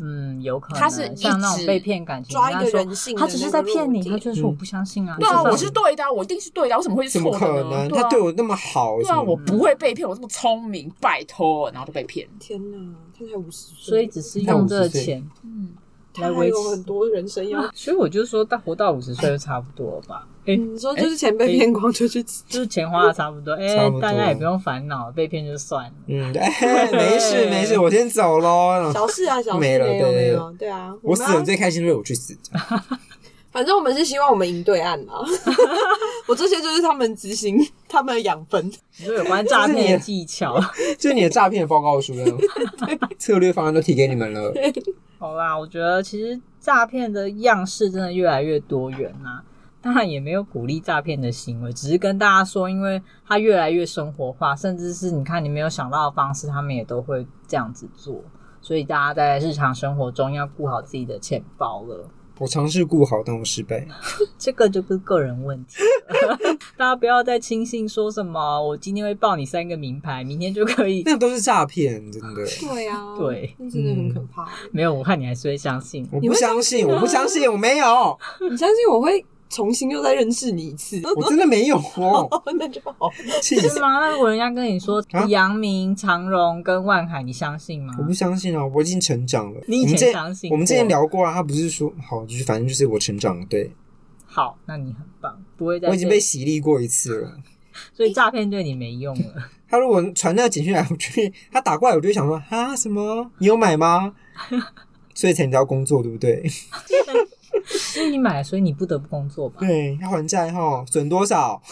Speaker 1: 嗯，有可能。
Speaker 2: 他是一
Speaker 1: 像那种
Speaker 2: 直
Speaker 1: 被骗感情，
Speaker 3: 抓一
Speaker 1: 人
Speaker 3: 个
Speaker 1: 家说
Speaker 3: 人性的
Speaker 1: 他只是在骗
Speaker 3: 那
Speaker 1: 你，
Speaker 3: 个
Speaker 1: 他
Speaker 3: 弱
Speaker 1: 就
Speaker 3: 点
Speaker 1: 是我不相信啊。
Speaker 2: 对啊，
Speaker 1: 就
Speaker 2: 我是对的啊，我一定是对的啊，我怎么会是
Speaker 4: 怎么
Speaker 2: 错
Speaker 4: 可
Speaker 2: 的呢？
Speaker 4: 能？
Speaker 2: 对
Speaker 4: 他
Speaker 2: 啊
Speaker 4: 对，我那么好，
Speaker 2: 对
Speaker 4: 什
Speaker 2: 啊，
Speaker 4: 么
Speaker 2: 我不会被骗，我这么聪明，拜托，然后就被骗。
Speaker 3: 天哪，他才五十岁，
Speaker 1: 所以只是用这个钱
Speaker 2: 嗯，
Speaker 1: 来
Speaker 3: 他还
Speaker 1: 维
Speaker 3: 有很
Speaker 1: 持。
Speaker 3: 多人 生要。
Speaker 1: 所以我就说，到活到五十岁就差不多了吧。哎、
Speaker 3: 你说就是钱被骗光就去
Speaker 1: 就是钱花的差 不多，哎、
Speaker 4: 差不多
Speaker 1: 大家也不用烦恼，被骗就 算了。
Speaker 4: 嗯，哎，没事没事，我先走喽。
Speaker 3: 小事啊，小事
Speaker 4: 没了
Speaker 3: 没有
Speaker 4: 对
Speaker 3: 没有，对啊，
Speaker 4: 我
Speaker 3: 我
Speaker 4: 死
Speaker 3: 们
Speaker 4: 了
Speaker 3: 要
Speaker 4: 最开心就是我去死，
Speaker 3: 反正我们是希望我们赢对岸啊。 我这些就是他们执行，他们的养分。
Speaker 1: 你说有关诈骗的技巧，
Speaker 4: 就是你的诈骗报告书呢， 策略方案都提给你 们了。
Speaker 1: 好啦，我觉得其实诈骗的样式真的越来越多元啦、啊当然也没有鼓励诈骗的行为，只是跟大家说，因为它越来越生活化，甚至是你看你没有想到的方式，他们也都会这样子做。所以大家在日常生活中要顾好自己的钱包了，
Speaker 4: 我尝试顾好，但我失败。
Speaker 1: 这个就不是个人问 题了。大家不要再轻信说什么我今天会报你三个名牌，明天就可以。
Speaker 4: 那都是诈骗，真的。
Speaker 3: 对啊，
Speaker 1: 对，
Speaker 3: 那真的很可怕。
Speaker 1: 没有，我看你还是会相信。
Speaker 4: 我不相信，
Speaker 2: 啊
Speaker 4: 我不相信，我没有，
Speaker 3: 你相信我会重新又再认识你一次？
Speaker 4: 我真的没有 哦，
Speaker 3: 那就好。
Speaker 4: 气死！
Speaker 1: 是吗？那如果人家跟你说
Speaker 4: 啊
Speaker 1: 阳明、长荣跟万海，你相信吗？
Speaker 4: 我不相信啊，我已经成长了。
Speaker 1: 你以前
Speaker 4: 我们之前
Speaker 1: 相信过
Speaker 4: 我们之前聊过啊，他不是说好，就是反正就是我成长了，对
Speaker 1: 好，那你很棒，不会再
Speaker 4: 我已经被洗礼过一次了。
Speaker 1: 所以诈骗对你没用 了。
Speaker 4: 他如果传那个简讯来，我 去，他打过来，我就会想说啊，什么？你有 买吗？所以才你要工作，对不对？
Speaker 1: 因为你买了，所以你不得不工作 吧？
Speaker 4: 对，要还债哈，损多少？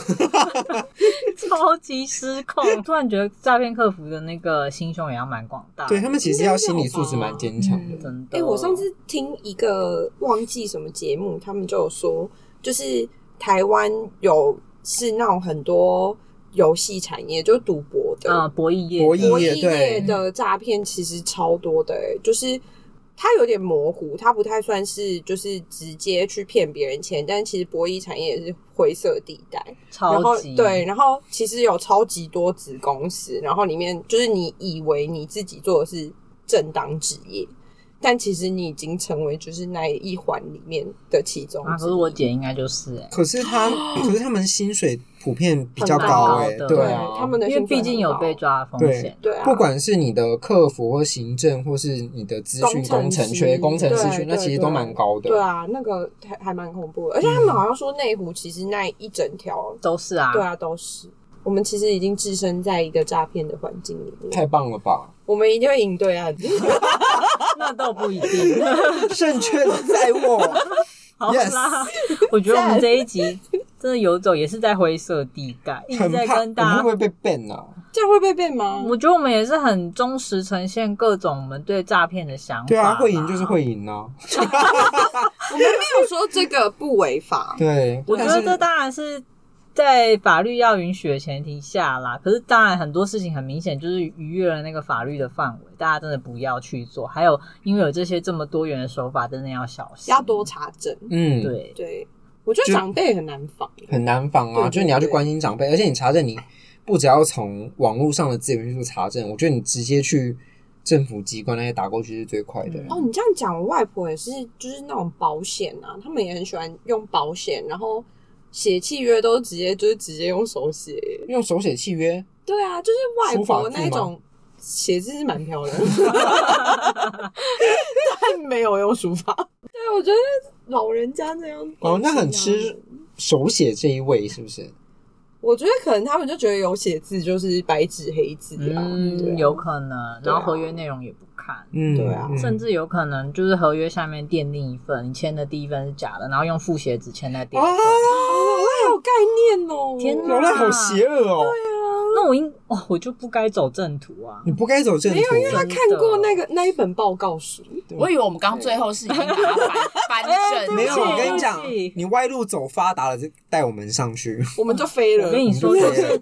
Speaker 1: 超级失控！突然觉得诈骗客服的那个心胸也要蛮广大的。
Speaker 4: 对他们其实要心理素质蛮坚强的。
Speaker 1: 真的。
Speaker 3: 哎、我上次听一个忘记什么节目，他们就有说，就是台湾有是那种很多游戏产业，就是赌博的，
Speaker 1: 呃，博弈业的，
Speaker 4: 博弈
Speaker 3: 博弈
Speaker 4: 业对
Speaker 3: 业的诈骗其实超多的、欸，就是它有点模糊，它不太算是就是直接去骗别人钱，但其实博弈产业也是灰色地带。然
Speaker 1: 超
Speaker 3: 后
Speaker 1: 级
Speaker 3: 对，，然后其实有超级多子公司，然后里面就是你以为你自己做的是正当职业，但其实你已经成为就是那一环里面的其中
Speaker 1: 啊，
Speaker 3: 之
Speaker 1: 可是我
Speaker 3: 一
Speaker 1: 姐应该就是哎、
Speaker 4: 可是他， 可是他们薪水普遍比较
Speaker 3: 嗯很
Speaker 4: 高
Speaker 3: 高
Speaker 4: 哎、
Speaker 1: 的
Speaker 4: 对
Speaker 3: 对
Speaker 4: 啊，
Speaker 3: 他们的
Speaker 1: 因为
Speaker 3: 薪水
Speaker 1: 毕竟
Speaker 3: 很
Speaker 1: 有
Speaker 3: 高
Speaker 1: 被抓的风险。
Speaker 3: 对啊，
Speaker 4: 不管是你的客服或行政，或是你的资讯工
Speaker 3: 工程
Speaker 4: 程
Speaker 3: 师
Speaker 4: 缺、工程师缺，
Speaker 3: 对
Speaker 4: 那其实都蛮高的。嗯
Speaker 3: 对啊，那个还还蛮恐怖的，而且他们好像说内湖其实那一整条，
Speaker 1: 都是啊，
Speaker 3: 对啊，都是。我们其实已经置身在一个诈骗的环境里面，
Speaker 4: 太棒了吧！
Speaker 3: 我们一定会赢对岸。
Speaker 1: 那倒不一定。
Speaker 4: 胜券在握。
Speaker 1: 好啦 我觉得我们这一集真的游走也是在灰色地带，一直
Speaker 4: 很
Speaker 1: 在
Speaker 4: 怕我
Speaker 1: 跟
Speaker 4: 们
Speaker 1: 大
Speaker 4: 会
Speaker 1: 家
Speaker 4: 不会被 ban 啊？
Speaker 3: 这样会被变吗？
Speaker 4: 嗯
Speaker 1: 我觉得我们也是很忠实呈现各种我们对诈骗的想法。
Speaker 4: 对啊，会赢就是。会赢啊。
Speaker 3: 我们没有说这个不违 法，
Speaker 4: 对，
Speaker 1: 我觉
Speaker 4: 但
Speaker 1: 得
Speaker 4: 是
Speaker 1: 这当然是在法律要允许的前提下啦。可是当然很多事情很明显就是逾越了那个法律的范围，大家真的不要去做。还有因为有这些这么多元的手法，真的要小心。
Speaker 3: 要多查证。
Speaker 4: 嗯，
Speaker 1: 对，
Speaker 3: 对，我觉
Speaker 4: 就
Speaker 3: 得长辈很难防。
Speaker 4: 很难防啊。
Speaker 3: 对对
Speaker 4: 就是你要去
Speaker 3: 对
Speaker 4: 关心长辈，而且你查证，你不只要从网络上的资源去做查证，我觉得你直接去政府机关那些打过去是最快的。
Speaker 1: 嗯
Speaker 3: 哦，你这样讲，我外婆也是，就是那种保险啊，他们也很喜欢用保险，然后写契约都直接就是直接用手写。
Speaker 4: 用手写契约，
Speaker 3: 对啊，就是外
Speaker 4: 书法
Speaker 3: 婆
Speaker 4: 字吗
Speaker 3: 那种写字是蛮漂亮的， 但没有用书法。对，我觉得老人家那样
Speaker 4: 哦，那很
Speaker 3: 关心啊
Speaker 4: 吃手写这一位是不是？
Speaker 3: 我觉得可能他们就觉得有写字就是白纸黑字啊，对
Speaker 1: 嗯，
Speaker 3: 啊
Speaker 1: 有可能。
Speaker 3: 对
Speaker 1: 然
Speaker 3: 啊
Speaker 1: 后合约内容也不看。
Speaker 4: 嗯，
Speaker 3: 对啊
Speaker 4: 嗯
Speaker 1: 甚至有可能就是合约下面订另一份，你签的第一份是假的，然后用复写纸签在第
Speaker 3: 哦
Speaker 1: 二份。
Speaker 3: 好有概念哦！
Speaker 1: 天哪
Speaker 4: 有赖好邪恶哦！
Speaker 1: 那我应哦，我就不该走正途啊
Speaker 4: 你！不该走啊正途
Speaker 3: 没，有，因为 他看过那个那一本报告书，
Speaker 2: 我以为我们刚最后是已经把它翻翻正，
Speaker 4: 没有。
Speaker 1: 对不起
Speaker 4: 我跟你讲
Speaker 1: 对不起，
Speaker 4: 你歪路走发达了，就带我们上去。
Speaker 3: 我们就飞了。
Speaker 1: 我跟你说，
Speaker 4: 嗯
Speaker 1: 就是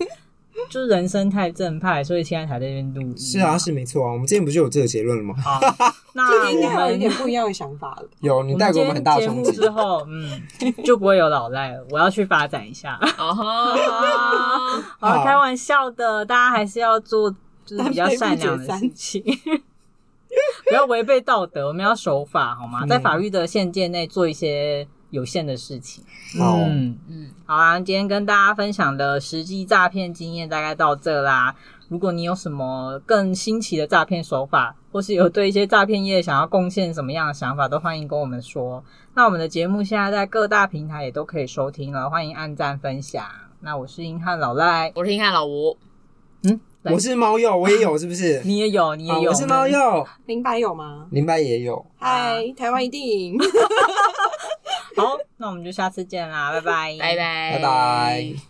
Speaker 1: 就是人生太正派，所以现在才在这边录音。
Speaker 4: 是啊，是没错啊。我们之前不是有这个结论了吗？
Speaker 1: 好，
Speaker 3: 这
Speaker 1: 那
Speaker 3: 个应
Speaker 1: 我
Speaker 3: 该有一
Speaker 1: 们
Speaker 3: 点不一样的想法了。
Speaker 4: 有，你带给我们很大的
Speaker 1: 我们
Speaker 4: 冲
Speaker 1: 今天
Speaker 4: 击
Speaker 1: 节。目之后，嗯，就不会有老赖了。我要去发展一下。
Speaker 2: 哦吼，
Speaker 1: 好，
Speaker 4: 好
Speaker 1: 开玩笑的，大家还是要做就是比较善良的事情， 不要违背道德，我们要守法，好吗？
Speaker 4: 嗯
Speaker 1: 在法律的限界内做一些有限的事情。
Speaker 4: 好
Speaker 1: 嗯。
Speaker 2: 嗯，
Speaker 1: 好啊，今天跟大家分享的实际诈骗经验大概到这啦。如果你有什么更新奇的诈骗手法，或是有对一些诈骗业想要贡献什么样的想法，都欢迎跟我们说。那我们的节目现在在各大平台也都可以收听了，欢迎按赞分享。那我是英汉老赖，
Speaker 2: 我是英汉老吴，
Speaker 1: 来
Speaker 4: 我是猫鼬，我也有，是不是？
Speaker 1: 你也有，你也
Speaker 4: 啊
Speaker 1: 有，
Speaker 4: 我是猫鼬，
Speaker 3: 林白有吗？
Speaker 4: 林白也有。
Speaker 1: 啊
Speaker 3: 嗨，台湾一定赢。
Speaker 1: 好，那我们就下次见啦，拜拜，
Speaker 2: 拜拜，
Speaker 4: 拜拜。